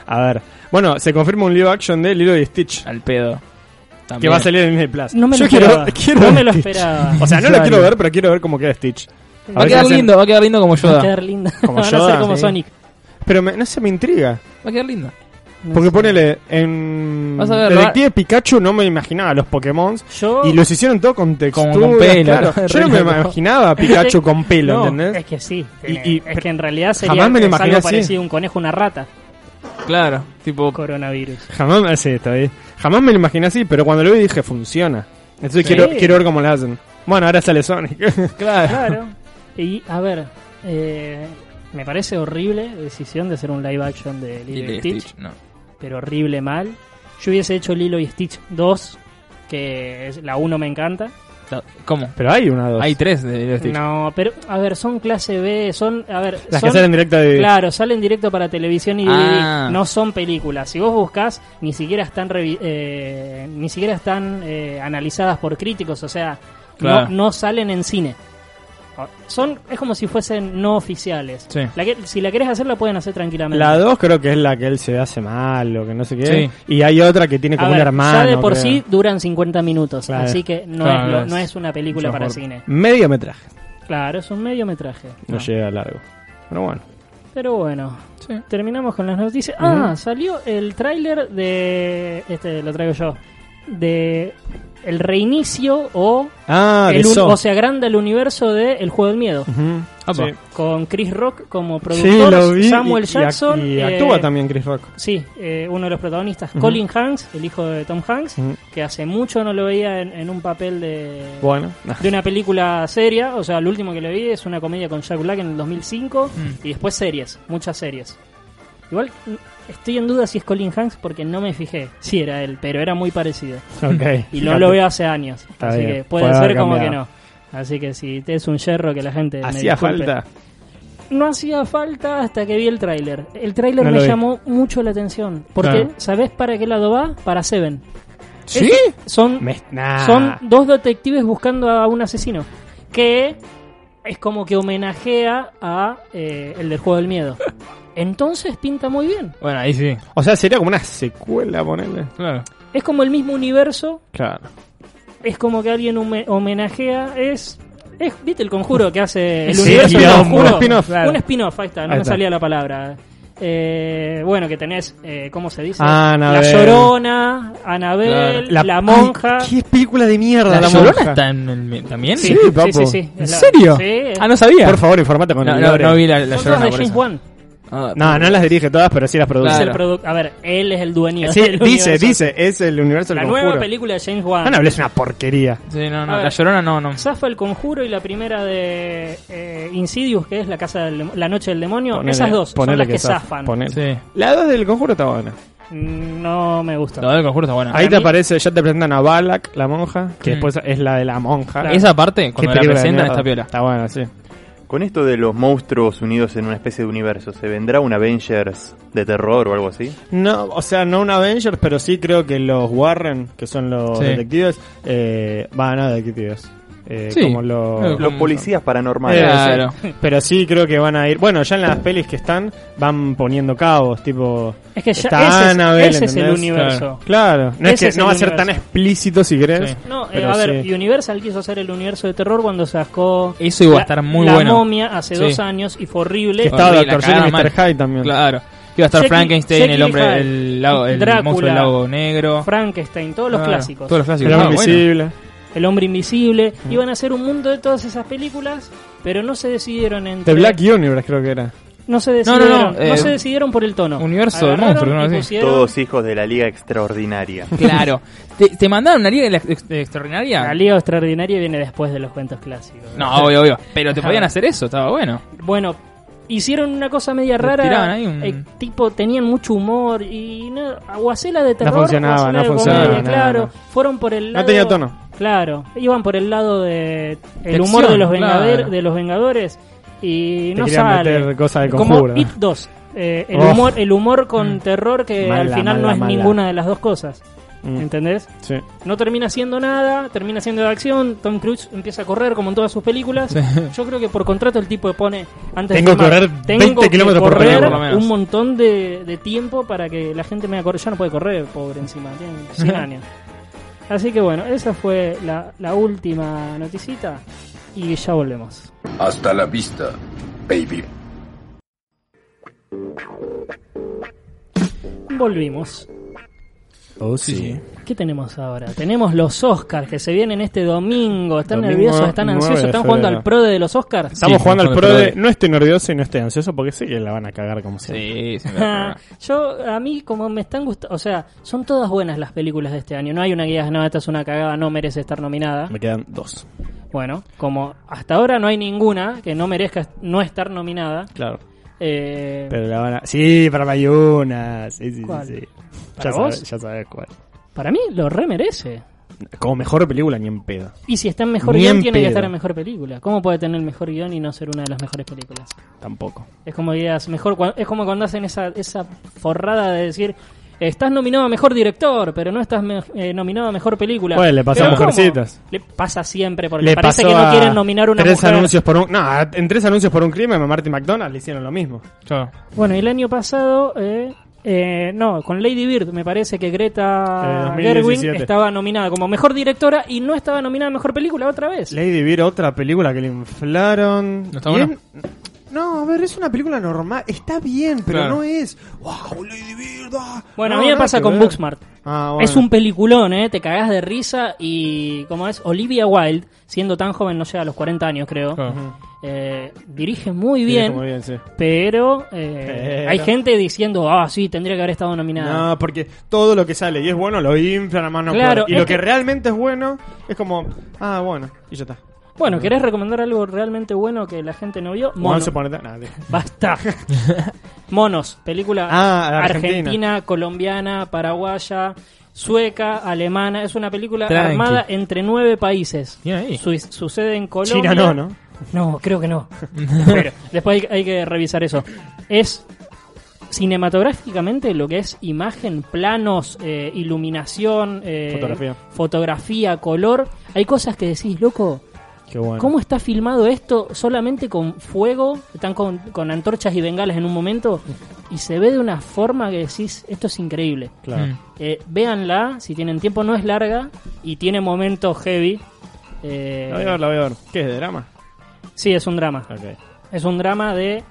A ver. Bueno, se confirma un live action de Lilo y Stitch.
Al pedo.
Que
También.
va a salir en Disney Plus.
No me
Yo
lo
quiero,
esperaba.
quiero
No
ver
me lo
Stitch.
esperaba.
O sea, no lo
Ya,
quiero
no.
ver, pero quiero ver cómo queda Stitch.
Va a
ver si
quedar
hacen-
lindo, va a quedar lindo como
Va a
Yoda.
quedar linda.
Como
Van a
Yoda,
ser como
sí.
Sonic.
Pero me- no sé, me intriga.
Va a quedar lindo.
No
Porque
sé.
ponele, en
Vas a ver,
Detective Pikachu no me imaginaba los Pokémon.
Yo.
Y los hicieron todo con textura.
Como con pelo, claro.
Yo no me imaginaba a Pikachu con pelo,
No,
¿entendés?
Es que sí.
Y-
tiene-
y-
es que en realidad sería
jamás me lo
es
imaginé
algo
así.
parecido a un conejo, una rata.
Claro. Tipo...
Coronavirus.
Jamás me hace esto, ¿eh? Jamás me lo imaginé así, pero cuando lo vi dije, funciona. Entonces
Sí.
quiero, quiero ver cómo lo hacen. Bueno, ahora sale Sonic.
Claro.
Claro. y a ver. eh, me parece horrible decisión de hacer un live action de Lilo y, Stitch,
No.
pero horrible mal. Yo hubiese hecho Lilo y Stitch 2, que es, la 1 me encanta.
No, ¿Cómo?
pero hay una o dos.
Hay tres de Lilo y Stitch.
No, pero a ver, son clase B, son a ver,
Las
son-
que salen directo de...
Claro, salen directo para televisión y
Ah.
DVD, no son películas. Si vos buscas, ni siquiera están revi- eh, ni siquiera están eh, analizadas por críticos, o sea,
Claro.
no, no salen en cine. O- Son es como si fuesen no oficiales.
Sí.
La que- si la querés hacer la pueden hacer tranquilamente.
La 2 creo que es la que él se hace mal o que no sé qué.
Sí.
Y hay otra que tiene
A
como
ver,
un hermano.
ya de por
creo.
sí duran 50 minutos,
Claro.
así que no,
Claro,
es, lo-
es
no es una película para
Mejor.
cine.
Medio metraje.
Claro, es un mediometraje.
No, llega largo. Pero bueno.
Pero bueno,
Sí.
Terminamos con las noticias. Ah, salió el tráiler de. Este lo traigo yo. De. El reinicio o.
Ah,
el
de
un-
Saw.
o se agranda el universo de El juego del miedo.
Ujú.
Apa.
Sí.
Con Chris Rock como
Sí,
productor,
lo vi.
Samuel
y- y ac-
Jackson.
Y,
eh,
actúa también Chris Rock.
Sí, eh, uno de los protagonistas,
Ujú.
Colin Hanks, el hijo de Tom Hanks,
Ujú.
que hace mucho no lo veía en, en un papel de,
Bueno.
de una película seria. O sea, el último que le vi es una comedia con Jack Black en el 2005
Mm.
y después series, muchas series. Igual mm, estoy en duda si es Colin Hanks porque no me fijé si era él, pero era muy parecido.
Ok.
Y no lo veo hace años,
Está
así
bien,
que puede,
puede haber
ser como que
cambiado.
no. Así que si te es un yerro que la gente me
Hacía
disculpe.
falta.
No hacía falta hasta que vi el tráiler. El tráiler
No lo
me
vi.
llamó mucho la atención porque
Claro.
¿sabés para qué lado va? Para Seven.
¿Sí?
Son,
Me- nah.
son dos detectives buscando a un asesino. Que es como que homenajea a eh, el del juego del miedo. Entonces pinta muy bien.
Bueno, ahí sí.
O sea, sería como una secuela, ponerle.
Claro.
Es como el mismo universo.
Claro.
Es como que alguien hume- homenajea. Es. es- ¿Viste el conjuro que hace el
Sí,
universo? del
un
conjuro?
spin-off.
Un spin-off, ahí está, no
Ahí
me
está.
salía la palabra. Eh, bueno, que tenés, eh, ¿cómo se dice?
Anabel.
La Llorona, Anabel, la, Monja.
Ay, ¿Qué película de mierda
¿La,
la,
Llorona
monja?
está en el- también?
Sí, papo.
sí, sí.
¿En
Es la-
serio?
Sí, es-
Ah, no sabía.
Por favor, informate con
No,
el
no,
lore.
no vi la, la
son todas
Llorona
de
por
James
eso.
Wan.
Ah,
No, no las dirige todas, pero sí las
Es el
produce.
Claro.
produ- a ver, él es el dueño.
Sí,
del
dice,
universo.
dice, es el universo
La
del conjuro.
nueva película de James Wan.
Annabelle es una porquería.
Sí, no, no,
A ver.
la Llorona no, no.
Zafa el conjuro y la primera de eh, Insidious, que es la casa del Dem- la noche del demonio.
Ponele-
Esas dos son
ponele
las que,
zafa,
zafan.
ponele.
Sí.
La 2 del conjuro está buena.
No me gusta.
La del conjuro está buena.
Ahí te
mí-
aparece, ya te presentan a Balak, la monja, que
Mm.
después es la de la monja.
Claro.
Esa parte,
Qué
cuando la
película de
presentan,
mierda.
está piola.
Está buena, sí.
Con esto de los monstruos unidos en una especie de universo, ¿se vendrá un Avengers de terror o algo así?
No, o sea, no un Avengers, pero sí creo que los Warren, que son los
Sí.
detectives, eh, van a detectives. Eh,
Sí.
Como los...
Claro.
Los policías
Eh,
paranormales.
Claro.
sí. Pero sí creo que van a ir. Bueno, ya en las pelis que están, van poniendo cabos, tipo.
Es que ya ese
está
es-
Annabelle,
ese es el
¿entendés?
universo.
Claro. No es
Ese
que
es
no
el
va a ser
universo.
tan explícito si querés.
Sí.
No, eh,
Pero
a ver,
sí.
Universal quiso hacer el universo de terror cuando sacó
Eso iba a
la-
estar muy
la
bueno.
momia hace
Sí.
dos años y fue horrible.
Que estaba
Horrible,
Doctor
la
Seuss
cagaron
y Mr.
mal.
Hyde también.
Claro. Iba a estar
Jekyll-
Frankenstein,
Jekyll
el
y
hombre,
Hyde.
el, lago, el
Drácula.
monstruo del lago negro.
Frankenstein, todos los
Claro,
clásicos.
Todos los clásicos.
El hombre
Ah, bueno.
invisible.
El hombre invisible.
Mm.
Iban a hacer un mundo de todas esas películas, pero no se decidieron entre
The Black Universe creo que era.
No se
No, no,
decidieron,
no,
no,
eh,
se decidieron por el tono.
universo de
Agarraron
monstruos,
y
¿no? Así.
pusieron-
Todos hijos de la Liga Extraordinaria.
Claro. ¿Te, te mandaron una liga de la ex- de extraordinaria?
La Liga Extraordinaria viene después de los cuentos clásicos.
No, obvio, obvio. Pero te podían hacer eso, estaba bueno.
Bueno, hicieron una cosa media
Le tiraban
rara.
ahí un-
eh, tipo, tenían mucho humor y no, aguacela de terror.
funcionaba,
aguacela
no
de
funcionaba,
comedia,
no,
claro,
no.
fueron por el
No
lado.
tenía tono.
Claro, iban por el lado de el
De
humor de
acción,
los vengader-
claro.
de los Vengadores y
Te
no
querían
sale.
meter cosas de
Como
conjuro.
It 2. eh, el,
Oh.
humor, el humor con terror que
Mala,
al final no
mala,
es
mala.
ninguna de las dos cosas.
Mm.
¿Entendés?
Sí.
No termina haciendo nada, termina haciendo de acción. Tom Cruise empieza a correr como en todas sus películas. Yo creo que por contrato el tipo le pone antes
Tengo
de
que
filmar,
correr
tengo
20
que
kilómetros por
correr
hora, por lo menos".
un montón de, de tiempo para que la gente me haga correr. Ya no puede correr, pobre encima, tiene 100 años. Así que bueno, esa fue la, la última noticita y ya volvemos.
Hasta la vista, baby.
Volvimos.
Oh, sí.
¿Qué tenemos ahora? Tenemos los Oscars que se vienen este domingo. Están
Domingo
nerviosos, están
9 de
ansiosos, están jugando
febrero.
al pro de los Oscars.
Estamos
Sí,
jugando al
con el
pro de...
Prode.
No esté nervioso y no esté ansioso porque sé que la van a cagar como
Sí,
siempre.
sí.
Ah, Yo, a mí, como me están gustando, o sea, son todas buenas las películas de este año. No hay una que digas, no, esta es una cagada, no merece estar nominada.
Me quedan dos.
Bueno, como hasta ahora no hay ninguna que no merezca no estar nominada.
Claro.
Eh,
Pero la van a... Sí, para Mayuna. Sí, sí,
¿Cuál?
sí. sí.
¿Para
Ya sabes,
vos?
ya sabes cuál.
para mí, lo re merece.
Como mejor película ni en pedo.
Y si está en mejor
Ni
guión,
en
tiene que
pedo.
estar en mejor película. ¿Cómo puede tener mejor guión y no ser una de las mejores películas?
Tampoco.
Es como digas, mejor, cua- es como cuando hacen esa, esa forrada de decir. Estás nominado a mejor director, pero no estás me- eh, nominado a mejor película.
Bueno, le pasó a
Pero ¿cómo?
Mujercitas.
Le pasa siempre, porque
Le
parece
pasó
que no
a
quieren nominar una
tres
mujer.
anuncios por un... No, a- en tres anuncios por un crimen a Marty McDonald le hicieron lo mismo.
Yo.
Bueno, y el año pasado, eh, eh, no, con Lady Bird, me parece que
Eh,
Greta
2017.
Gerwig estaba nominada como mejor directora y no estaba nominada a mejor película otra vez.
Lady Bird, otra película que le inflaron.
¿No está
Y
buena?
es- No, a ver, es una película normal. Está bien, pero
Claro.
no es. ¡Wow, Lady Bird! ah".
bueno,
No,
a mí me
nada
pasa
que
con
ver.
Booksmart.
Ah, bueno.
Es un peliculón, ¿eh? Te cagás de risa y, como es, Olivia Wilde, siendo tan joven, no llega a los 40 años, creo, eh, dirige muy
Dirige
bien,
muy bien, sí.
pero, eh,
Pero-
hay gente diciendo, ah, sí, tendría que haber estado nominada.
No, porque todo lo que sale y es bueno lo inflan a mano.
Claro,
poder. y
es
lo que...
que-
realmente es bueno es como, ah, bueno, y ya está.
Bueno, ¿querés recomendar algo realmente bueno que la gente no vio? Mono.
Once upon a time- nah, de-
Basta. Monos, película
Ah, la
argentina.
Argentina.
colombiana, paraguaya, sueca, alemana. Es una película
Tranqui.
armada entre nueve países.
Bien ahí.
Su- sucede en Colombia.
China no, ¿no?
No, creo que no. Pero después hay, hay que revisar eso. Es cinematográficamente lo que es imagen, planos, eh, iluminación, eh,
Fotografía.
fotografía, color, hay cosas que decís, loco,
Qué bueno.
¿Cómo está filmado esto solamente con fuego? Están con, con antorchas y bengalas en un momento y se ve de una forma que decís, esto es increíble.
Claro.
Mm.
Eh, véanla, si tienen tiempo, no es larga y tiene momentos heavy. Eh,
La voy a ver, la voy a ver. ¿Qué es de drama?
sí, es un drama.
Ok.
Es un drama de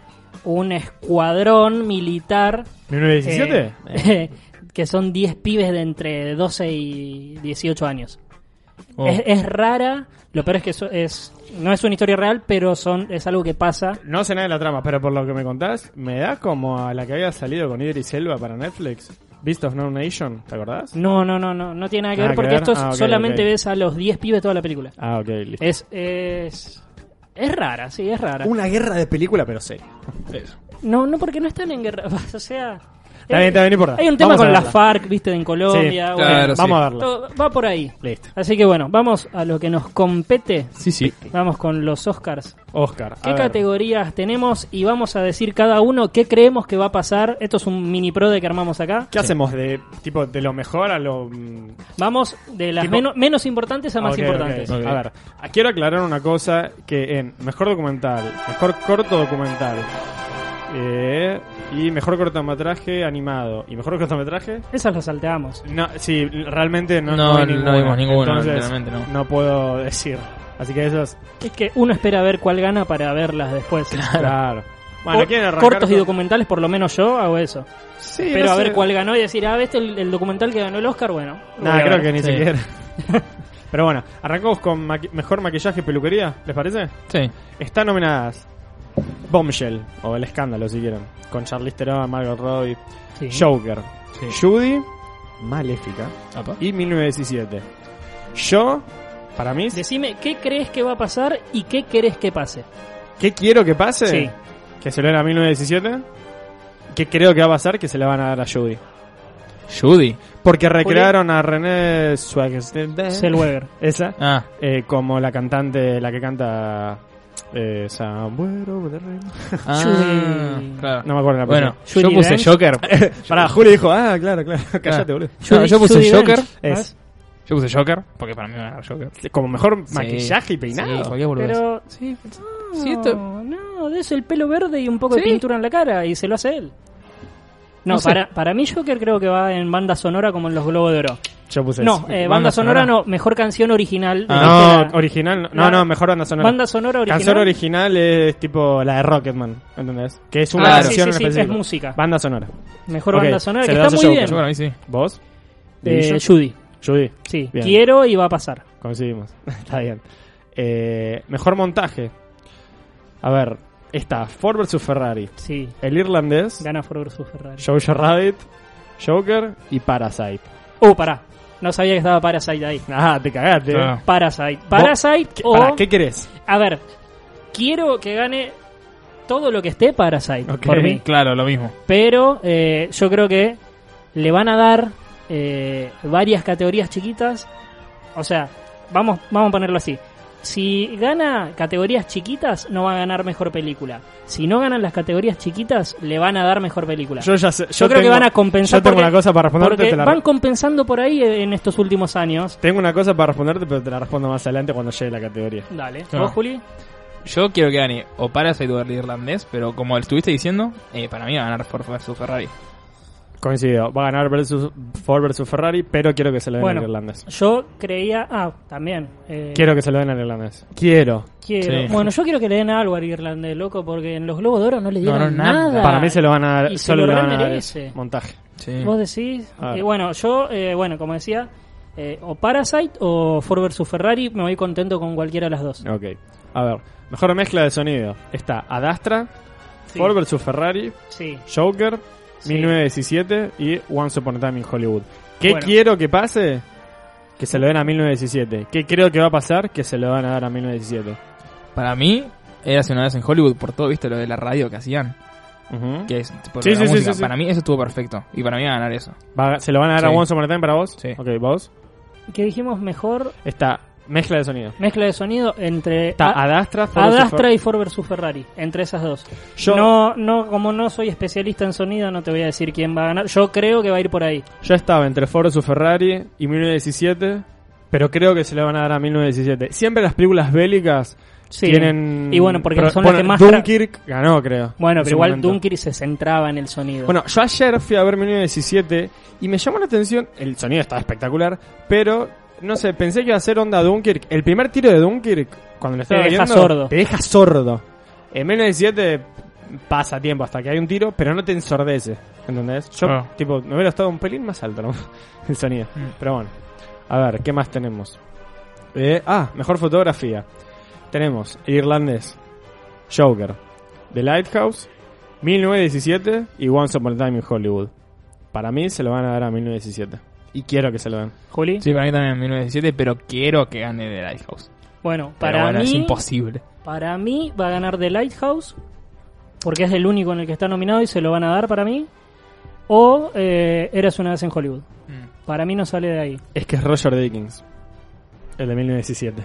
un escuadrón militar
¿1917?
eh, que son 10 pibes de entre 12 y 18 años.
Oh.
Es, es rara, lo peor es que eso es, no es una historia real, pero son es algo que pasa.
No sé nada de la trama, pero por lo que me contás, me da como a la que había salido con Idris Elba para Netflix. Beast of No Nation, ¿te acordás?
No, no, no, no, no tiene nada que
Nada
ver
que
porque
ver.
esto es-
Ah, ok,
solamente
ok.
ves a los 10 pibes toda la película.
Ah, ok, listo.
Es, es, es rara, sí, es rara.
Una guerra de película, pero seria.
No, no, porque no están en guerra, o sea...
Está bien, está bien, no importa.
Hay un tema
Vamos a
con las
verla.
FARC, viste, en Colombia.
Sí,
bueno,
claro,
Vamos
sí.
a verla.
todo- va por ahí.
Listo.
Así que bueno, vamos a lo que nos compete.
Sí, sí.
Vamos con los Oscars.
Oscar. a
¿Qué
ver.
categorías tenemos? Y vamos a decir cada uno qué creemos que va a pasar. Esto es un mini pro de que armamos acá.
¿Qué hacemos de tipo de lo mejor a lo mm,
Vamos de las
Tipo-
menos, menos importantes a más
Ok,
importantes.
ok. A ver, ah, quiero aclarar una cosa que en mejor documental, mejor corto documental eh, y mejor cortometraje animado y mejor cortometraje
Esas las salteamos.
no, sí, realmente no,
No,
hay
no
ninguna.
vimos ninguno,
Entonces,
literalmente no.
puedo decir. Así que eso es
Es que uno espera ver cuál gana para verlas después.
claro. Bueno,
Cor-
¿quieren arrancar
cortos y
con-
documentales, por lo menos yo hago eso.
Sí,
Pero
no
a ver
sé.
cuál ganó y decir, ah, ¿viste el, el documental que ganó el Oscar? Bueno. lo voy
Nah,
a
creo
ver.
que ni
Sí.
siquiera. Pero bueno, arrancamos con maqui- mejor maquillaje y peluquería, ¿les parece?
Sí.
Están nominadas Bombshell, o El Escándalo si quieren, con Charlize Theron, Margot Robbie,
Sí.
Joker,
Sí.
Judy, Maléfica,
Apa.
y 1917. Yo, para mí,
Decime, ¿qué crees que va a pasar y qué querés que pase?
¿qué quiero que pase?
Sí.
Que se lo den a 1917. ¿Qué creo que va a pasar? Que se la van a dar a Judy.
Judy.
Porque recrearon a René Swagger.
Zellweger.
Esa.
Ah,
eh, como la cantante, la que canta. Eh, Somewhere Over the Rainbow.
ah,
Judy.
claro.
No me acuerdo la
bueno,
persona.
Judy
yo puse
Dench.
Joker.
¿Eh? Pará, Juli dijo, ah, claro, claro, cállate, boludo.
Yo- yo puse Joker.
Dench, ¿no
Es.
es?
Yo puse Joker, porque para mí va a ganar Joker.
Como mejor
Sí.
maquillaje y peinado.
Sí, cualquier boludez.
Pero.
Sí,
No,
sí, esto-
no, de eso el pelo verde y un poco de
Sí.
pintura en la cara y se lo hace él. No,
No sé.
para, para mí Joker creo que va en banda sonora como en los Globos de Oro.
Yo puse
no,
eso.
eh, banda,
banda
sonora,
sonora.
no, mejor canción original.
Ah,
Dijiste
no,
la-
original, no,
la-
no, mejor banda sonora.
Banda sonora original.
Canción original es tipo la de Rocketman, ¿entendés? Que es una
Claro.
canción
Ah, Sí, sí, sí,
en específico.
es música.
Banda sonora.
Mejor
Ok,
banda sonora,
se
que
lo
está
das a
muy
Joker,
bien.
Yo para mí sí.
¿Vos?
Eh,
Division.
Judy,
Judy,
sí.
Bien.
Quiero y va a pasar.
coincidimos. Está bien. Eh, mejor montaje. A ver, está Ford vs Ferrari,
Sí.
El Irlandés,
Gana Ford vs Ferrari.
Jojo Rabbit, Joker y Parasite.
Oh, pará. No sabía que estaba Parasite ahí.
Ah, te cagaste.
Ah.
Parasite. Parasite
¿Qué-
o.
pará, ¿Qué querés?
A ver. Quiero que gane todo lo que esté Parasite.
Ok.
Por mí.
Claro, lo mismo.
Pero eh, yo creo que le van a dar eh, varias categorías chiquitas. O sea, vamos, vamos a ponerlo así. Si gana categorías chiquitas, no va a ganar mejor película. Si no ganan las categorías chiquitas, le van a dar mejor película.
Yo ya sé-
Yo creo que
tengo-
van a compensar
Yo tengo
porque-
una cosa para responderte.
Porque
te la-
van compensando por ahí en estos últimos años.
Tengo una cosa para responderte, pero te la respondo más adelante cuando llegue la categoría.
Dale.
Ah.
¿Vos, Juli?
Yo quiero que gane o Parasite o el irlandés, pero como estuviste diciendo, eh, para mí va a ganar Ford vs Ferrari.
Coincido. Va a ganar versus, Ford versus Ferrari, pero quiero que se lo den
Bueno. Eh.
al irlandés.
Yo creía... Ah, también. eh,
Quiero que se lo den al irlandés. Quiero.
quiero-
Sí.
Bueno, yo quiero que le den algo al irlandés, loco, porque en los Globos de Oro no le
No,
dieron
no, nada.
nada.
Para mí se lo van a dar.
Ah. Y se
Solo
lo
le van a dar
remerece.
montaje.
Sí.
Vos decís.
A ver.
Eh, bueno, yo, eh, bueno, como decía, eh, o Parasite o Ford vs Ferrari, me voy contento con cualquiera de las dos.
Ok. A ver. Mejor mezcla de sonido. Está Adastra,
Sí.
Ford versus Ferrari,
Sí.
Joker,
Sí.
1917 y Once Upon a Time in Hollywood. ¿Qué
Bueno.
quiero que pase? Que se lo den a 1917. ¿Qué creo que va a pasar? Que se lo van a dar a 1917.
Para mí, era hace una vez en Hollywood por todo, viste, lo de la radio que hacían.
Ujú.
Que es tipo
Sí,
la
sí, sí,
música.
sí, sí.
Para mí eso estuvo perfecto. Y para mí va a ganar eso.
Va- ¿Se lo van a dar a
Sí.
Once Upon a Time para vos?
Sí.
Ok, vos.
¿Qué dijimos mejor?
Está Mezcla de sonido.
Mezcla de sonido entre
Está
A-
Adastra, Ford versus
Ah. Adastra
Ford.
y Ford vs Ferrari, entre esas dos.
Yo-
no, no, como no soy especialista en sonido, no te voy a decir quién va a ganar. Yo creo que va a ir por ahí.
Yo estaba entre Ford vs Ferrari y 1917, pero creo que se le van a dar a 1917. Siempre las películas bélicas
Sí.
tienen...
Y bueno, porque
pro-
son las
bueno,
que más tra-
Dunkirk ganó, creo.
Bueno,
en
pero
su
igual
momento.
Dunkirk se centraba en el sonido.
Bueno, yo ayer fui a ver 1917 y me llamó la atención, el sonido estaba espectacular, pero no sé, pensé que iba a ser onda Dunkirk. El primer tiro de Dunkirk, cuando lo estaba
deja
viendo,
sordo.
te deja sordo. En 1917 pasa tiempo hasta que hay un tiro, pero no te ensordece, ¿entendés? Yo,
Ah.
tipo, me hubiera estado un pelín más alto ¿no? el sonido.
Mm.
Pero bueno, a ver, ¿qué más tenemos? Eh, ah, mejor fotografía. Tenemos el irlandés, Joker, The Lighthouse, 1917 y Once Upon a Time in Hollywood. Para mí se lo van a dar a 1917. Y quiero que se lo den.
Juli.
Sí, para mí también 1917, pero quiero que gane The Lighthouse.
Bueno,
Para
para
es
mí,
imposible.
para mí va a ganar The Lighthouse, porque es el único en el que está nominado y se lo van a dar para mí. O eh, Eras una vez en Hollywood.
Mm.
Para mí no sale de ahí.
Es que es Roger Dickens. El de 1917.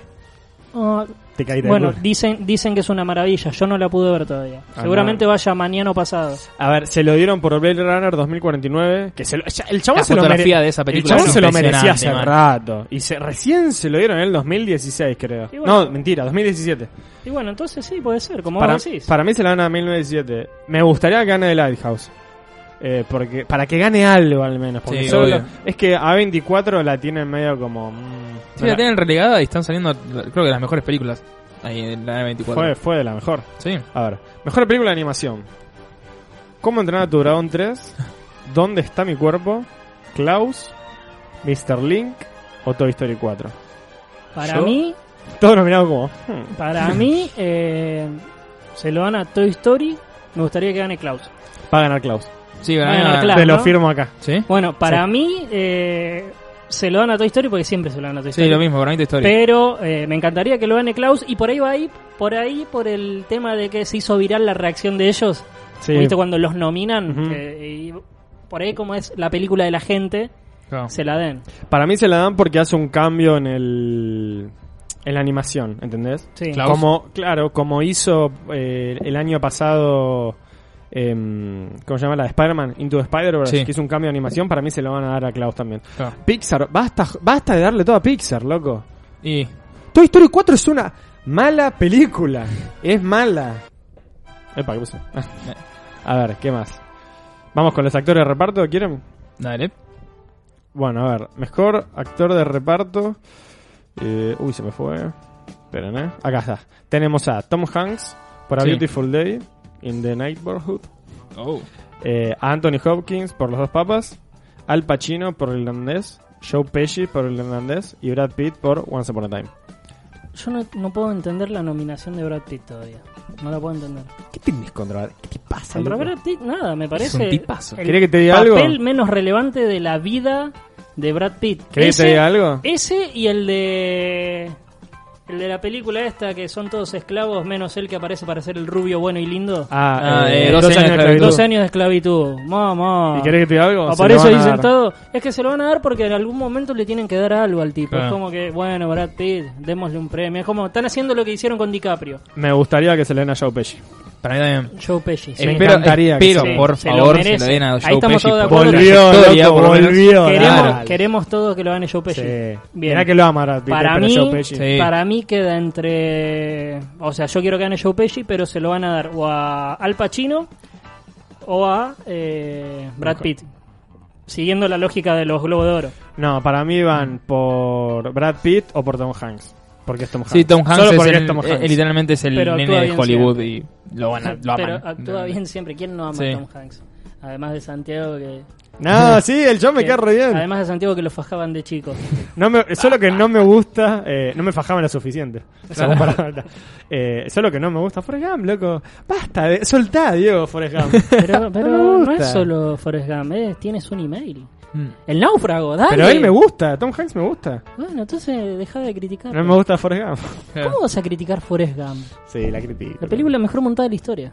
Ah,
Te caí de
bueno,
culo.
dicen, dicen que es una maravilla. Yo no la pude ver todavía.
Ah,
Seguramente
no.
vaya mañana o pasado.
A ver, se lo dieron por Blade Runner 2049. Que se lo- ya- el chabón
La
se lo
fotografía
mere-
de esa película
El chabón
es
se lo merecía hace
impresionante,
rato. Y se, recién se lo dieron en el 2016, creo.
Y bueno.
no, mentira, 2017.
Y bueno, entonces sí, puede ser, como
Para,
vos decís.
para mí se la dan a 1917. Me gustaría que gane The Lighthouse. Eh, porque, para que gane algo al menos. Porque
Sí,
solo-
obvio.
es que A24 la tienen medio como... mm,
Sí,
no
la
la-
tienen relegada y están saliendo, creo que las mejores películas. Ahí en la 24.
fue, fue de la mejor.
Sí.
A ver, mejor película de animación. ¿Cómo entrenar a tu dragón 3? ¿Dónde está mi cuerpo? Klaus, Mr. Link o Toy Story 4.
Para
Yo-
mí,
Todo nominado como... hmm.
para mí eh, se lo dan a Toy Story. Me gustaría que gane Klaus.
Va a ganar Klaus.
Sí,
Va a
ganaron
ganar
a-
Claro,
Te lo
¿no?
firmo acá.
¿Sí?
Bueno, para
Sí.
mí eh, se lo dan a Toy Story porque siempre se lo dan a Toy Story.
Sí, lo mismo, para mí Toy Story.
Pero eh, me encantaría que lo gane Klaus y por ahí va ahí, por ahí por el tema de que se hizo viral la reacción de ellos.
Sí.
¿Viste cuando los nominan?
Ujú.
Que- y por ahí como es la película de la gente,
Claro.
se la den.
Para mí se la dan porque hace un cambio en el... En la animación, ¿entendés?
Sí.
Klaus.
Como, claro, como hizo eh, el año pasado... em, ¿Cómo se llama la de Spider-Man? Into the Spider-Verse,
Sí.
que hizo un cambio de animación, para mí se lo van a dar a Klaus también.
Claro.
Pixar, basta, basta de darle todo a Pixar, loco.
Y
Toy Story 4 es una mala película. Es mala. Epa, ¿qué pasó? Ah, A ver, ¿qué más? Vamos con los actores de reparto, ¿quieren?
dale.
Bueno, a ver, mejor actor de reparto. Eh, uy, se me fue. Esperen, ¿eh? Acá está. Tenemos a Tom Hanks por A
Sí.
Beautiful Day in the Neighborhood.
Oh.
Eh, a Anthony Hopkins por Los Dos Papas, Al Pacino por El Irlandés, Joe Pesci por El Irlandés y Brad Pitt por Once Upon a Time.
Yo no, no puedo entender la nominación de Brad Pitt todavía. No la puedo entender.
¿Qué tenés contra Brad? ¿Qué te pasa?
Contra
loco?
Brad Pitt, nada, me parece.
un tipazo.
el
¿Querés que te diga
papel
algo?
menos relevante de la vida de Brad Pitt.
¿Querés que
Ese-
te diga algo?
Ese y el de. El de la película esta, que son todos esclavos, menos el que aparece para ser el rubio bueno y lindo.
Ah,
Ah,
eh,
eh,
dos
doce
años de
años de
esclavitud.
Dos años de esclavitud. Mamá.
¿Y querés que te diga algo? Se lo
Aparece
van
y
a
dicen
dar.
todo. Es que se lo van a dar porque en algún momento le tienen que dar algo al tipo.
Claro.
Es como que, bueno, Brad Pitt, démosle un premio. Es como, están haciendo lo que hicieron con DiCaprio.
Me gustaría que se le den a Joe Pesci.
Para mí también.
Joe Pesci. sí.
Me
espero,
encantaría que
espero,
se-
por
se lo
favor, se
merece.
lo den a Joe
Ahí estamos
Pesci
todos de
por
acuerdo.
la
Volvió,
trayectoria,
loco,
por lo menos.
volvió.
Queremos,
dale.
queremos todos que lo gane Joe Pesci.
Sí.
Bien.
Mirá que lo ama Brad Pitt, eh,
Para
pero
mí,
Joe Pesci.
Sí.
para mí queda entre. O sea, yo quiero que gane Joe Pesci, pero se lo van a dar o a Al Pacino o a eh, Brad Pitt. Siguiendo la lógica de los Globos de Oro.
No, para mí van por Brad Pitt o por Tom Hanks. Porque es Tom Hanks.
Sí, Tom Hanks,
Solo
es
porque
el-
es Tom Hanks.
eh, literalmente es el
Pero actúa
nene de
bien
Hollywood y lo van a lo aman. Mm.
pero actúa bien siempre. ¿Quién no ama
Sí.
a Tom Hanks? Además de Santiago que.
No, sí, el John me
que-
queda re bien.
Además de Santiago que lo fajaban de chico.
No me- solo que no me gusta, eh, no me fajaban lo suficiente. O sea, para- eh, solo que no me gusta Forrest Gump, loco. Basta, de, soltá, Diego, Forrest Gump.
Pero, pero
me
no,
gusta.
es solo Forrest Gump, eh, tienes un email.
Mm.
El náufrago, dale.
Pero él me gusta, Tom Hanks me gusta.
Bueno, entonces deja de criticar.
No me gusta Forrest Gump.
¿Cómo vas a criticar Forrest Gump?
Sí, la critico.
La película mejor montada de la historia.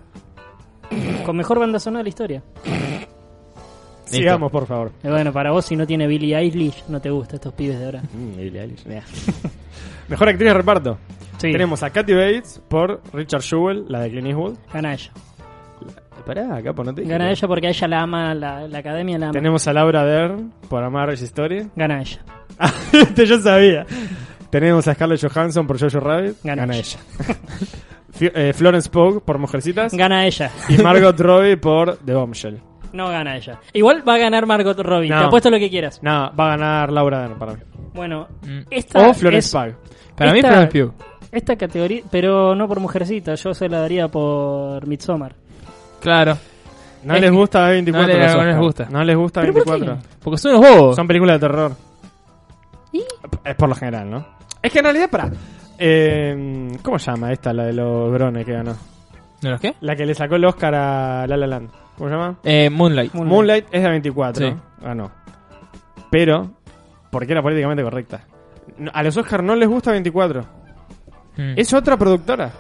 Con mejor banda sonora de la historia.
Listo.
Sigamos, por favor.
Eh, Bueno, para vos, si no tiene Billie Eilish, no te gusta estos pibes de ahora.
Mm, Mejor actriz de reparto.
Sí,
Tenemos a Kathy Bates por Richard Jewell, la de Clint Eastwood.
gana ella.
Pará, acá ponete.
Gana ella porque a ella la ama, la, la academia la ama.
Tenemos a Laura Dern por Amarriage Story.
Gana ella.
Ah, este yo sabía. Tenemos a Scarlett Johansson por Jojo Rabbit.
Gana
Gana ella. Fi- eh, Florence Pugh por Mujercitas.
Gana ella.
y Margot Robbie por The Bombshell.
No gana ella. Igual va a ganar Margot Robbie.
No.
Te apuesto lo que quieras.
Nada, va a ganar Laura Dern para mí.
Bueno,
Mm.
esta
O Florence
es
Pugh.
Para mí,
Esta-
Florence Pugh.
esta categoría, pero no por mujercita. Yo se la daría por Midsommar.
Claro.
No
Es-
les gusta A24.
no le-
los
no les
Oscar.
gusta.
No les gusta
¿Pero por qué?
A24.
Porque son unos bobos.
Son películas de terror.
¿Y?
Es por lo general, ¿no? Es que en realidad, para. Eh, ¿Cómo se llama esta, la de los brones que ganó?
¿De los qué?
La que le sacó el Oscar a La La Land. ¿Cómo se llama?
Eh, Moonlight.
Moonlight.
Moonlight es de 24.
Sí.
Ganó. Pero, porque era políticamente correcta. No, A los Oscar no les gusta 24.
Mm.
Es otra productora.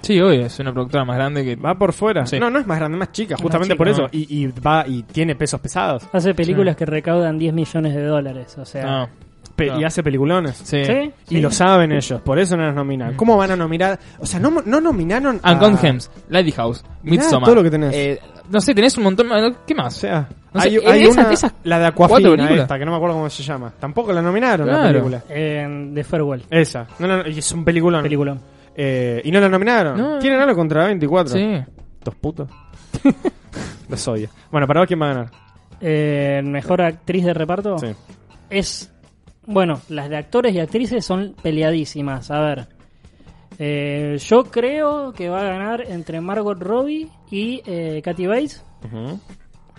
Sí, obvio, es una productora más grande que.
Va por fuera.
Sí.
No, no es más grande, más chica, justamente
chica,
por eso.
no.
Y, y va y tiene pesos pesados.
Hace películas que recaudan 10 millones de dólares. O sea,
No.
Pe-
No.
Y hace peliculones.
Sí.
¿sí?
Y lo saben ellos, por eso no nos nominan. ¿Cómo van a nominar? O sea, no, no nominaron a...
Uncut Gems, Lighthouse,
Ah. Mirá
Midsommar.
todo lo que tenés.
Eh, no sé, tenés un montón más. ¿Qué
O
más?
sea,
No sé,
hay,
eh,
hay
esas-
una...
esas
la de
cuatro
Aquafina
películas.
esta, que no me acuerdo cómo se llama. Tampoco la nominaron la
Claro.
película.
Eh, de Farewell.
Esa. No, no, no, y es un peliculón.
Peliculón.
Eh, y no la nominaron.
No.
Tienen algo contra 24.
Sí.
Dos putos. Los odio. Bueno, para vos, ¿quién va a ganar?
Eh, Mejor actriz de reparto.
Sí.
es. Bueno, las de actores y actrices son peleadísimas. A ver. Eh, yo creo que va a ganar entre Margot Robbie y eh, Katy Bates.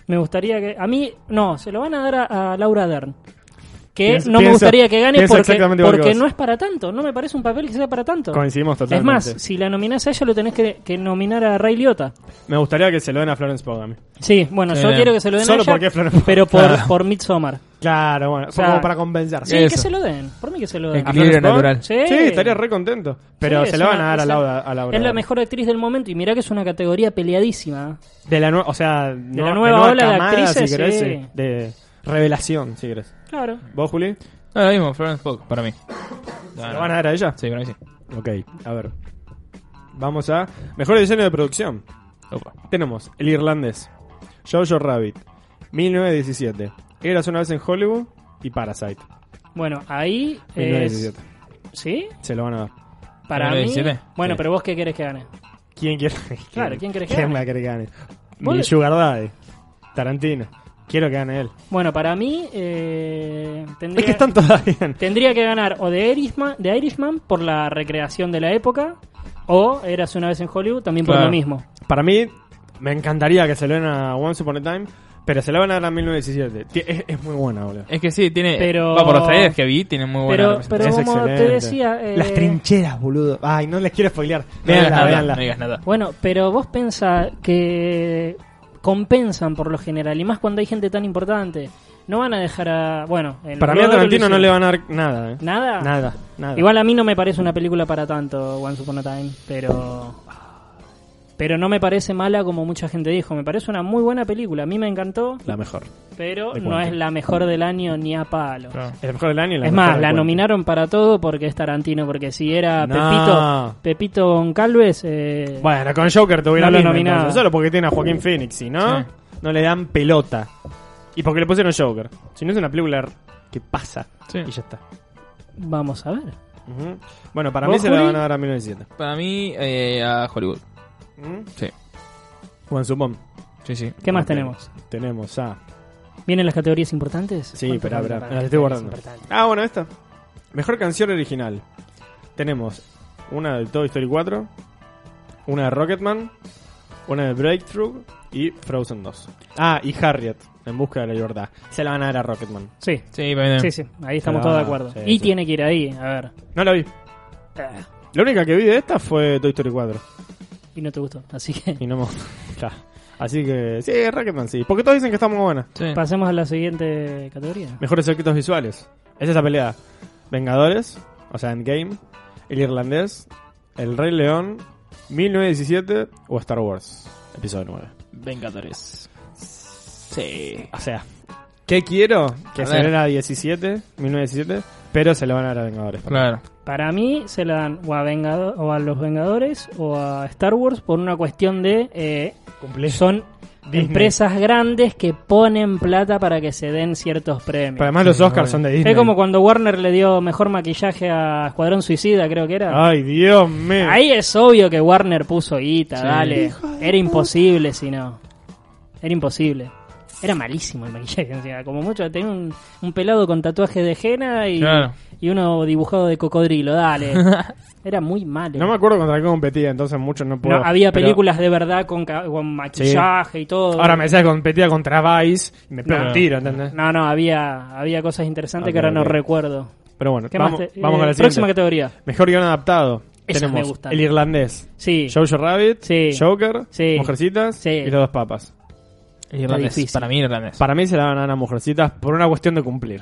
Me gustaría que. A mí, no, se lo van a dar a, a Laura Dern. Que
Pienso-
no me
pienso-
gustaría que gane
pienso
porque,
exactamente igual que
porque
vos.
no es para tanto. No me parece un papel que sea para tanto.
Coincidimos
es
totalmente.
más, si la nominás a ella, lo tenés que, que nominar a Ray Liotta.
Me gustaría que se lo den a Florence Pugh a mí.
Sí, bueno,
Sí.
yo quiero que se lo den
Eh, Solo
a ella,
porque es Florence Pugh.
pero por,
Claro.
por Midsommar.
Claro, bueno,
sea,
como para compensarse.
Sí,
Eso.
que se lo den. Por mí que se lo den.
Equilibrio
¿A Florence Pugh?
natural.
Sí.
Sí, estaría re contento. Pero
Sí,
se
es
la van
una-
a dar a
es
Laura.
la-
a Laura.
Es la mejor actriz del momento y mirá que es una categoría peleadísima.
De la, nue- o sea,
la nueva ola de
camada,
actrices,
si querés,
sí.
sí, De revelación, si querés.
Claro.
¿Vos, Juli?
No, Ah, lo mismo, Florence Pugh, para mí. Ah,
¿Se lo van a dar a ella?
Sí, para mí sí.
Ok, a ver. Vamos a. Mejor diseño de producción.
Opa.
Tenemos El Irlandés, Jojo Rabbit, 1917, Eras una vez en Hollywood y Parasite.
Bueno, ahí es...
1917.
¿Sí,
Se lo van a dar.
para mí.
1917.
Bueno,
Sí.
pero vos qué querés que gane.
¿Quién quiere?
Claro, ¿quién quiere que
¿Quién
gane?
va a querer que gane?
¿Vos
Mi
le-
Sugar Daddy. Tarantino. Quiero que gane él.
Bueno, para mí eh, tendría,
Es que están todas bien.
tendría que ganar o de Irishman, de Irishman por la recreación de la época o Eras una vez en Hollywood también por
Claro.
lo mismo.
Para mí, me encantaría que se lo den a Once Upon a Time, pero se lo van a dar a 1917. Ti- Es, es muy buena, boludo.
Es que sí, tiene.
Pero-
Va por los trailers que vi, tiene muy buena
Pero,
representación.
pero
Es
como te
excelente.
decía... eh,
Las trincheras, boludo. Ay, no les quiero spoilear.
No digas
Veanla,
nada,
veanla.
no digas nada.
Bueno, pero vos pensás que compensan por lo general, y más cuando hay gente tan importante. No van a dejar a. Bueno, en
Para
los
mí a
Globos
Tarantino
lo
no le
hicieron.
van a dar nada, eh.
¿Nada?
Nada, nada.
Igual a mí no me parece una película para tanto, Once Upon a Time, pero. Pero no me parece mala como mucha gente dijo. Me parece una muy buena película. A mí me encantó,
La mejor.
pero
De
no
cuento.
es la mejor del año ni a palo.
Claro.
El mejor del año y la
Es
mejor
más,
del
la
cuento.
nominaron para todo porque es Tarantino. Porque si era
No.
Pepito, Pepito Goncalves. Eh,
Bueno, con Joker te hubiera
No lo
mismo,
nominaba.
entonces, Solo porque tiene a Joaquín Phoenix, si no,
Sí.
no le dan pelota. Y porque le pusieron Joker. Si no es una película que pasa.
Sí.
Y ya está.
Vamos a ver.
Ujú. Bueno, para
¿Vos,
mí se la
Juli?
van a dar a 1917.
Para mí, eh, a Hollywood.
¿Mm?
Sí,
Juan Supón.
sí, sí.
¿Qué más
Ok.
tenemos?
Tenemos a.
¿Vienen las categorías importantes?
Sí,
¿Cuánto
espera,
falta
espera.
para
Me
las
las estoy
categorías
guardando.
importantes?
Ah, bueno, esta. Mejor canción original. Tenemos una de Toy Story 4, una de Rocketman, una de Breakthrough y Frozen 2. Ah, y Harriet, en busca de la libertad. Se la van a dar a Rocketman.
Sí,
Sí, para mí
sí,
también.
sí. Ahí estamos
Ah,
todos de acuerdo.
sí,
y
sí.
tiene que ir ahí, a ver.
No la vi.
Ah,
La única que vi de esta fue Toy Story 4.
Y no te gustó. Así que
Y no me Ya. Así que, sí, Rocketman sí. Porque todos dicen que está muy buena.
Sí.
pasemos a la siguiente categoría.
Mejores efectos visuales. Esa es la pelea. Vengadores, o sea, Endgame, El Irlandés, El Rey León, 1917 o Star Wars, episodio 9.
Vengadores. Sí.
O sea, ¿qué quiero?
A
Que se
ver.
den a 17, 1917, pero se lo van a dar a Vengadores.
Claro.
Para mí se la dan o a, Vengado- o a los Vengadores o a Star Wars por una cuestión de... eh,
Cumplir.
son
Disney.
empresas grandes que ponen plata para que se den ciertos premios.
Pero además los Oscars son de Disney.
Es como cuando Warner le dio mejor maquillaje a Escuadrón Suicida, creo que era.
Ay, Dios mío.
Ahí es obvio que Warner puso guita,
Sí.
dale. Era imposible si no. Era imposible. Era malísimo el maquillaje, encima. como mucho. Tenía un, un pelado con tatuaje de henna y,
Claro.
y uno dibujado de cocodrilo, dale. Era muy malo.
No me acuerdo contra qué competía, entonces mucho no puedo.
No, había
pero-
películas de verdad con, ca- con maquillaje y todo.
Ahora me decías que competía contra Vice y me pega
No.
un tiro, ¿entendés?
No, no, había, había cosas interesantes
Ok,
que ahora no
ok.
recuerdo.
Pero bueno,
¿Qué
vamos,
más te-
vamos
eh,
con la siguiente.
Próxima categoría.
Mejor guión adaptado.
Esas me
Tenemos
gustan.
El Irlandés,
Sí.
Jojo Rabbit,
Sí.
Joker,
Sí.
Mujercitas
Sí.
y Los Dos Papas.
Irlandés.
difícil.
Para mí, irlandés.
Para mí se la van a dar a Mujercitas por una cuestión de cumplir.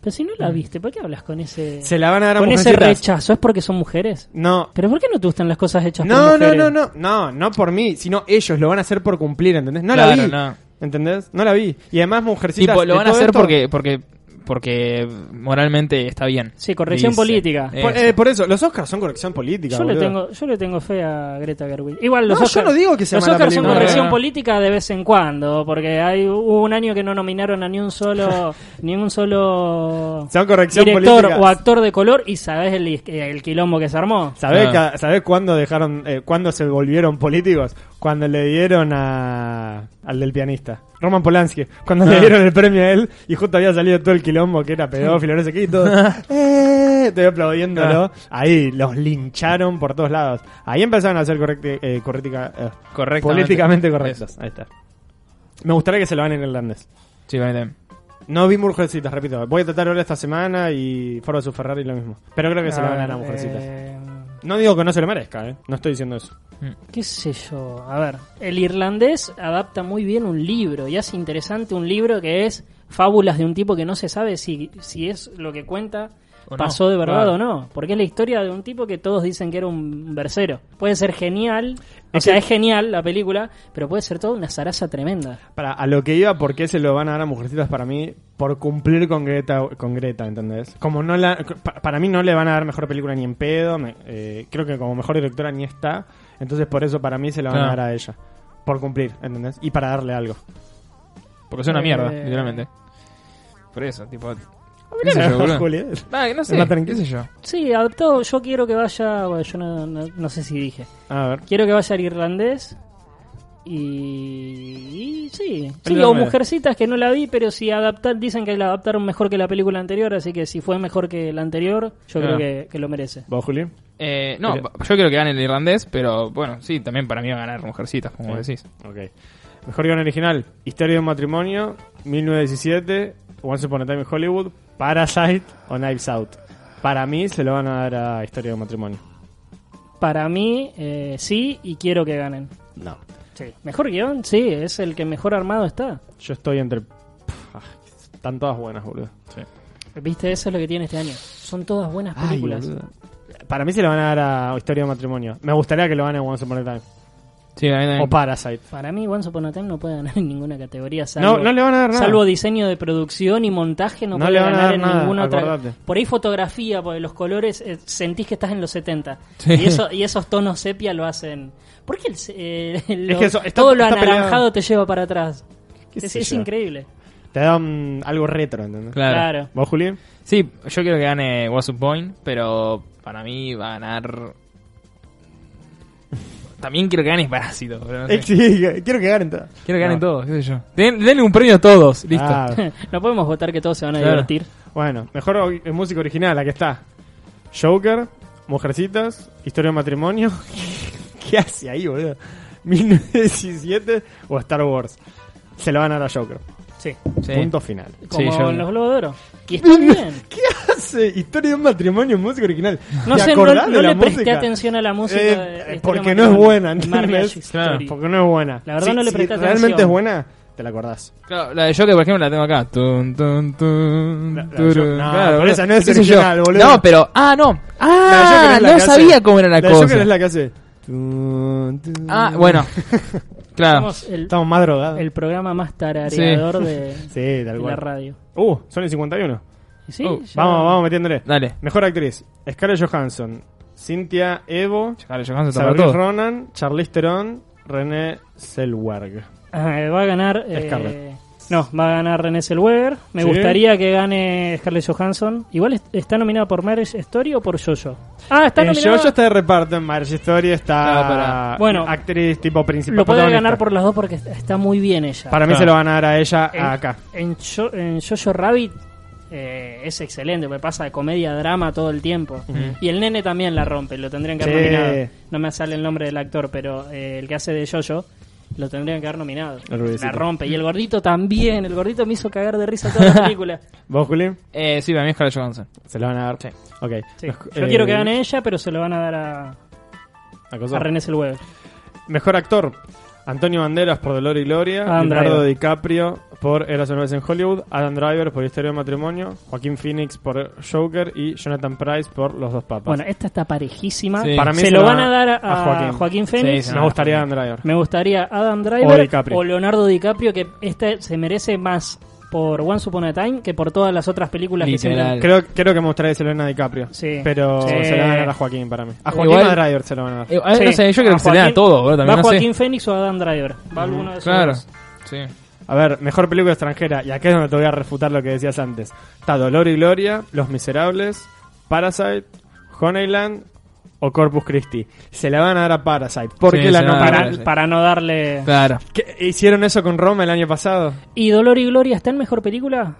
Pero si no la viste, ¿por qué hablas con ese,
Se la van a dar a
con ese
Mujercitas.
rechazo? ¿Es porque son mujeres?
no.
¿Pero por qué no te gustan las cosas hechas
No,
por
no,
mujeres?
no, no, no, no por mí, sino ellos lo van a hacer por cumplir, ¿entendés? No la
Claro,
vi.
no.
¿Entendés? No la vi. Y además, Mujercitas.
Tipo, lo
de
van a
todo
hacer
esto-
porque, porque, porque moralmente está bien.
Sí, corrección
Dice.
política.
Eh,
Por, eh, por eso, los Oscars son corrección política.
Yo le,
boludo.
tengo, yo le tengo fe a Greta Gerwig. Igual los
No, yo
Oscars-
no digo que sea
Los
mala
Oscars son
película.
corrección
No, no.
política de vez en cuando, porque hay hubo un año que no nominaron a ni un solo ni un solo
Son corrección
director
política.
o actor de color y sabes el, el quilombo que se armó.
¿Sabés,
Claro.
ca- sabés cuándo dejaron, eh, cuándo se volvieron políticos? Cuando le dieron a, al del pianista, Roman Polanski. Cuando le dieron el premio a él y justo había salido todo el quilombo que era pedófilo, no sé qué, y todo. ¡Eh! Te aplaudiéndolo. Ahí los lincharon por todos lados. Ahí empezaron a ser correcti- eh, correctica- eh,
Correctamente.
políticamente correctos. Ahí está. Me gustaría que se lo hagan en irlandés.
Sí, para mí también.
No vi Mujercitas, repito. Voy a tratar ahora esta semana y Ford su Ferrari lo mismo. Pero creo que
Ah,
se lo van a dar a Mujercitas.
Eh,
No digo que no se lo merezca, ¿eh? No estoy diciendo eso.
¿Qué sé yo? A ver, el irlandés adapta muy bien un libro y hace interesante un libro que es Fábulas de un tipo que no se sabe si, si es lo que cuenta
O no,
pasó de verdad
claro.
o no. Porque es la historia de un tipo que todos dicen que era un versero. Puede ser genial, o
Es
sea,
que-
es genial la película, pero puede ser toda una zaraza tremenda.
Para, a lo que iba, ¿por qué se lo van a dar a Mujercitas para mí? Por cumplir con Greta, con Greta ¿entendés? Como no la, pa- para mí no le van a dar mejor película ni en pedo. me- eh, creo que como mejor directora ni está. Entonces por eso para mí se la van a
Claro.
dar a ella. Por cumplir, ¿entendés? Y para darle algo.
Porque es una mierda,
Eh.
literalmente. Por eso, tipo. ¿Qué sé yo, boludo?
Julián.
Ah, no sé,
Ah, Es más tranquilo.
qué sé yo.
Sí, adaptado, yo quiero que vaya, bueno, yo no- no- no sé si dije.
a ver.
Quiero que vaya al irlandés. Y. y sí.
El
Sí, o
Dahmer.
Mujercitas que no la vi, pero si adaptar, dicen que la adaptaron mejor que la película anterior, así que si fue mejor que la anterior, yo
Claro.
creo que, que lo merece.
¿Vos, Juli?
Eh, no,
Pero-
yo quiero que gane el irlandés, pero bueno, sí, también para mí va a ganar Mujercitas, como
Sí.
decís.
Ok. Mejor guión original: Historia de un matrimonio, 1917, Once Upon a Time in Hollywood, Parasite o Knives Out. Para mí se lo van a dar a Historia de un matrimonio.
Para mí, eh, sí, y quiero que ganen.
No.
Sí. Mejor guión, sí, es el que mejor armado está.
Yo estoy entre. Pff, ah, están todas buenas, boludo.
Viste, eso es lo que tiene este año. Son todas buenas
Ay,
películas.
boludo. Para mí se lo van a dar a Historia de un matrimonio. Me gustaría que lo ganen Once Upon a Time.
Sí, para mí también.
O Parasite.
Para mí, Once Upon a Time no puede ganar en ninguna categoría. Salvo,
No, no le van a dar nada.
Salvo diseño de producción y montaje, no,
No
puede
le van a
ganar
dar
en
nada,
ninguna otra.
acordate.
Por ahí fotografía, porque los colores, eh, sentís que estás en los 70.
Sí.
Y, eso, y esos tonos sepia lo hacen. ¿Por qué el se- eh, lo-
que eso- está-
todo lo
está peleado.
anaranjado te lleva para atrás?
¿Qué
Es,
sé
es
yo?
increíble.
Te dan algo retro, ¿entendés?
Claro.
Claro.
¿Vos, Juli?
Sí, yo quiero que gane What's Up Point, pero para mí va a ganar. También quiero que gane Parásito. pero no sé.
Eh, sí, quiero que ganen todas.
Quiero que ganen
No.
todos, qué sé yo. Den- denle un premio a todos, listo.
Ah,
no podemos votar que todos se van a
Claro.
divertir.
Bueno, mejor o- eh, música original, la que está. Joker, Mujercitas, Historia de un Matrimonio. ¿Qué hace ahí, boludo? 1917 o Star Wars. Se lo van a dar a Joker.
Sí.
Sí.
Punto final.
Como
Sí, yo-
en los Globos de Oro. Y está bien.
¿Qué hace Historia de un Matrimonio en música original?
No
¿Te
sé, no,
acordás
no
de la
le presté
música?
atención a la música.
Eh,
de- de
porque
Historia
no es
Matrimonial.
buena,
Marriage
¿entendés?
Story.
Claro,
Porque no es buena.
La verdad
Si-
no le
si
presté
realmente
atención.
es buena, te la acordás.
Claro, la de Joker, por ejemplo, la tengo acá. Tun, tun, tun,
La- la de
turun.
Joker- no,
Claro,
pero
boludo.
esa no es
Qué sé yo.
original, boludo.
No, pero. Ah, no.
La de Joker
Ah,
es la Ah,
no
que hace-
sabía cómo era la,
la de
cosa.
Joker es la que hace. Tun, tun.
Ah, bueno. Claro.
Somos el,
Estamos más drogados.
el programa más tarareador de,
Sí,
de
tal
la
cual.
radio.
Uh, son el 51.
Y Sí,
Uh,
ya-
Vamos, vamos metiéndole.
Dale.
Mejor actriz: Scarlett Johansson, Cynthia Evo,
Claro, yo canso de tomar
Saoirse
todo.
Ronan, Charlize Theron, René Selwerg.
Ah, va a ganar. eh,
Scarlett.
no, va a ganar René Zellweger. Me
Sí.
gustaría que gane Scarlett Johansson. Igual est- está nominada por Marriage Story o por Jojo. Ah, está
Eh,
nominada.
Jojo está de reparto en Marriage Story, está
Ah, pará.
Bueno,
actriz tipo principal.
Lo puede
protagonista.
ganar por las dos porque est- está muy bien ella.
Para mí
Claro.
se lo van a dar a ella
en,
acá.
En, Jo- en Jojo Rabbit eh, es excelente, me pasa de comedia a drama todo el tiempo. Y el nene también la rompe, lo tendrían que haber
Sí.
nominado. No me sale el nombre del actor, pero eh, el que hace de Jojo lo tendrían que haber nominado.
El rubicito.
La rompe. Y el gordito también, el gordito me hizo cagar de risa toda la película.
¿Vos, Juli?
Eh, sí, para mí es Scarlett Johansson.
Se lo van a dar. Sí. Ok.
Sí.
Mej-
Yo
eh,
quiero que gane ella, pero se lo van a dar a,
Acoso.
a René Zellweger.
Mejor actor. Antonio Banderas por Dolor y Gloria,
Adam
Leonardo
Driver.
DiCaprio por Eras una vez en Hollywood, Adam Driver por Historia de Matrimonio, Joaquín Phoenix por Joker y Jonathan Price por Los Dos Papas.
Bueno, esta está parejísima.
Sí.
Para mí
Se, lo van a dar a,
a Joaquín.
Joaquín. Phoenix.
Sí, sí.
me gustaría Adam Driver.
Me gustaría Adam
O
Driver
DiCaprio.
o, Leonardo DiCaprio, que este se merece más por Once Upon a Time que por todas las otras películas
Literal.
que
Creo, creo que me gustaría que se lo den a DiCaprio.
Sí.
Pero
Sí.
se lo van a dar a Joaquín para mí. A Joaquín
Igual-
a Driver se lo van a dar.
Eh,
siempre...
No
Sí,
sé, yo
a
creo que se le da
Joaquín-
todo, boludo. También
¿Va
no sé. Mm,
Joaquín Phoenix o Adam Driver? ¿Va alguno de esos
Claro.
dos?
Sí.
A ver, mejor película extranjera. Y acá es donde te voy a refutar lo que decías antes. Está Dolor y Gloria, Los Miserables, Parasite, Honeyland o Corpus Christi. Se la van a dar a Parasite. ¿Por
Ah, Sí,
qué la
se la van a
nombran?
dar.
Para, para no darle...
Claro.
¿Qué- ¿Hicieron eso con Roma el año pasado?
¿Y Dolor y Gloria está en Mejor Película?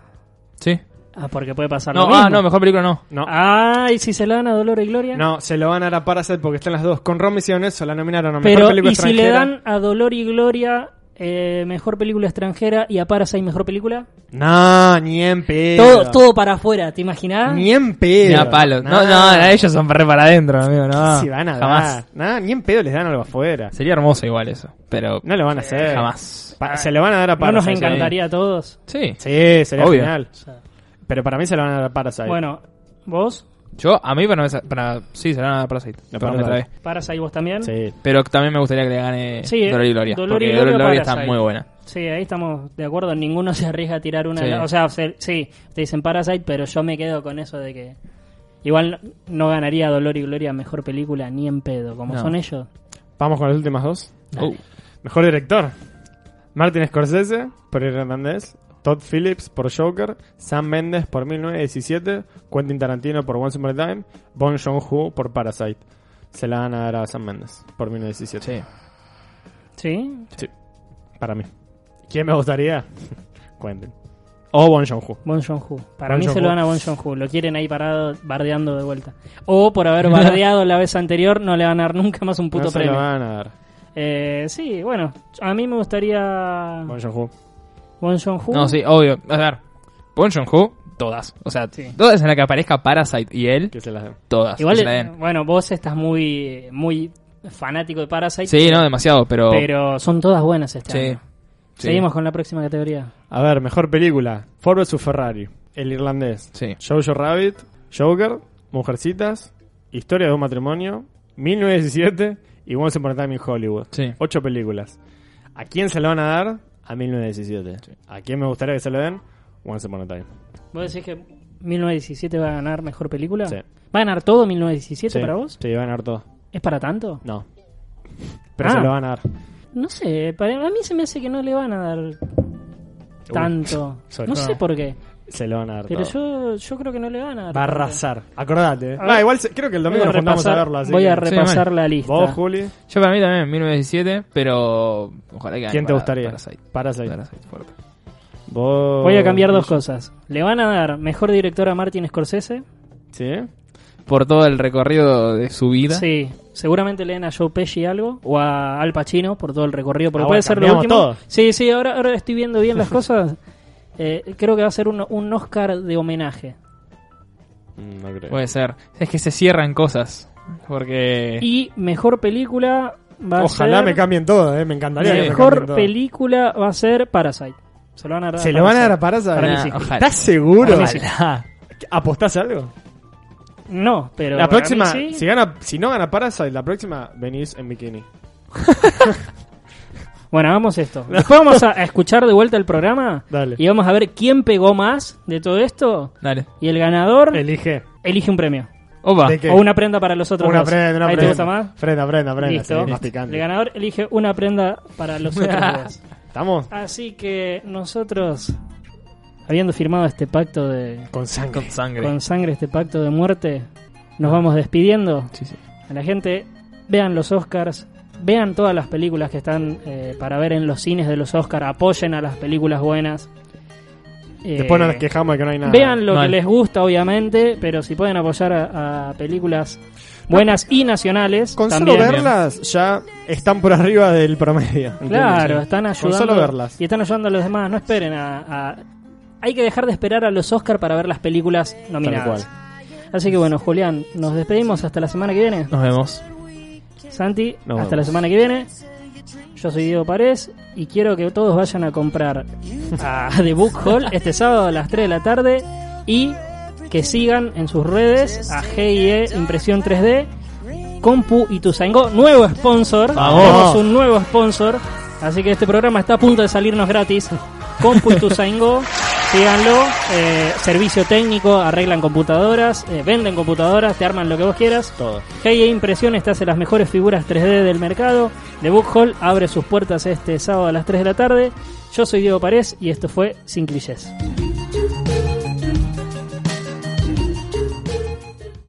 Sí.
Ah, porque puede pasar lo
No,
mismo.
ah, no, mejor película no.
No.
Ah, ¿y si se la dan a Dolor y Gloria?
No, se lo van a dar a Parasite porque están las dos. Con Roma hicieron eso, la nominaron a mejor
Pero,
película
¿y si le
extranjera.
dan a Dolor y Gloria eh, Mejor Película Extranjera y a Parasite Mejor Película?
No, ni en pedo.
Todo, todo para afuera, ¿te imaginás?
Ni en pedo.
Ni a palo. No, no, a ellos son re para adentro, amigo. No.
Si van a
Jamás.
dar. Nah, ni en pedo les dan algo afuera.
Sería hermoso igual eso. Pero
No lo van a hacer.
jamás.
Pa- se lo van a dar a
¿No nos
Parasite.
encantaría a todos?
Sí.
Sí, sería
Obvio.
genial.
O sea,
Pero para mí se lo van a dar a Parasite.
Bueno, vos,
Yo, a mí para, no- para sí, será una Parasite.
La
Perdón, me
Parasite.
trabé.
Parasite vos también.
Sí.
Pero también me gustaría que le gane
Sí,
Dolor y Gloria.
Dolor
porque
y Gloria
Dolor y Gloria está
Parasite.
muy buena.
Sí, ahí estamos de acuerdo. Ninguno se arriesga a tirar una.
Sí.
de las- O sea, se- sí, te dicen Parasite, pero yo me quedo con eso de que. Igual no ganaría Dolor y Gloria mejor película ni en pedo, como
No.
son ellos.
Vamos con las últimas dos.
Uh,
Mejor director. Martin Scorsese por Irlandés. Todd Phillips por Joker. Sam Mendes por 1917. Quentin Tarantino por Once Upon a Time. Bon Joon-ho por Parasite. Se la van a dar a Sam Mendes por
sí.
1917.
¿Sí?
Para mí. ¿Quién me gustaría? Quentin. O Bon Joon-ho.
Bon Joon-ho. Para
Bong
mí se
Joon-ho.
lo dan a Bon Joon-ho. Lo quieren ahí parado, bardeando de vuelta. O por haber bardeado la vez anterior, no le van a dar nunca más un puto
no se
premio.
la van a dar.
Eh, sí, bueno, a mí me gustaría
Bon Joon-ho.
Bon Joon-ho.
No, sí, obvio. A ver, Bon Joon-ho, todas. O sea,
Sí.
todas en las que aparezca Parasite y él,
Que se las den.
todas. que
Igual,
se la den.
eh, bueno, vos estás muy, muy fanático de Parasite,
Sí, no, demasiado, pero...
pero son todas buenas este
sí.
año.
Sí.
Seguimos con la próxima categoría.
A ver, mejor película. Ford vs Ferrari. El irlandés.
Sí.
Jojo Rabbit. Joker. Mujercitas. Historia de un matrimonio. 1917. Y Once Upon a Time in Hollywood.
Sí.
Ocho películas. ¿A quién se lo van a dar? A 1917. ¿A quién me gustaría que se lo den? Once Upon a Time.
¿Vos decís que 1917 va a ganar mejor película?
Sí.
¿Va a ganar todo 1917
Sí.
¿Este para vos?
Sí, van a dar todo.
¿Es para tanto?
No. Pero
Ah.
se lo van a dar.
No sé, para, a mí se me hace que no le van a dar tanto.
Sobre
no
todo.
sé por qué,
Se lo van a dar.
pero yo,
todo.
yo creo que no le van a dar.
Va a
tanto.
arrasar. Acordate. eh.
A ver.
Va, igual se- creo que el
Voy
domingo
a
nos juntamos a
repasar,
verlo. Así
voy a
que-
Sí,
repasar
mal.
la lista.
Vos, Juli.
Yo para mí también, 1917, pero... Ojalá que gane
¿Quién te
Para-
gustaría?
Parasite.
Parasite.
Parasite, fuerte.
Vos-
Voy a cambiar dos cosas. Le van a dar mejor director a Martin Scorsese.
¿Sí?
Por todo el recorrido de su vida.
Sí, seguramente leen a Joe Pesci algo o a Al Pacino por todo el recorrido, porque
Ah, bueno,
puede ser lo
cambiamos
último.
todo.
Sí, sí, ahora, ahora estoy viendo bien las cosas. Eh, creo que va a ser un, un Oscar de homenaje.
Mm, No creo.
Puede ser. Es que se cierran cosas. Porque...
Y mejor película va a
Ojalá
ser.
me cambien todo, eh. Me encantaría que me
Mejor
cambien todo.
película va a ser Parasite. Se lo van a dar.
¿Se lo van a dar a Parasite?
Para mí
Nah,
sí.
ojalá.
¿Estás seguro?
Para mí sí.
Ojalá.
¿Apostás algo?
No, pero. para
la
mí
próxima,
sí.
si, gana, si no gana Parasite, la próxima venís en bikini.
Bueno, hagamos esto. Después vamos a, a escuchar de vuelta el programa
Dale.
y vamos a ver quién pegó más de todo esto.
Dale.
Y el ganador
Elige.
elige un premio.
Opa.
¿De qué?
O una prenda para los otros
Una
dos.
prenda, una
Ahí
prenda.
te gusta más.
Prenda, prenda, prenda.
Listo.
sí, más picante.
el ganador elige una prenda para los otros dos.
¿Estamos?
Así que nosotros, habiendo firmado este pacto de.
Con sangre.
Con sangre.
con sangre, este pacto de muerte, nos vamos despidiendo.
Sí, sí.
A la gente, vean los Oscars, vean todas las películas que están eh, para ver en los cines de los Oscars, apoyen a las películas buenas. Eh,
Después nos quejamos de que no hay nada.
Vean lo
Mal.
que les gusta, obviamente, pero si pueden apoyar a, a películas buenas y nacionales,
Con
también.
solo verlas ya están por arriba del promedio. ¿entiendes?
Claro, están ayudando.
solo verlas.
Y están ayudando a los demás. No esperen a. a- Hay que dejar de esperar a los Oscar para ver las películas nominadas. Así que bueno, Julián, nos despedimos hasta la semana que viene.
Nos vemos.
Santi,
Nos
hasta la
vemos.
semana que viene. Yo soy Diego Párez y quiero que todos vayan a comprar a The Book Hall este sábado a las 3 de la tarde y que sigan en sus redes a GIE Impresión 3D, Compu y Tusango, nuevo sponsor.
Vamos.
Tenemos un nuevo sponsor, así que este programa está a punto de salirnos gratis. Compu y Tusango, síganlo, eh, servicio técnico, arreglan computadoras, eh, venden computadoras, te arman lo que vos quieras.
Todo.
GIE Impresiones te hace las mejores figuras 3D del mercado. The Book Hall abre sus puertas este sábado a las 3 de la tarde. Yo soy Diego Parés y esto fue Sin Clichés.
Thank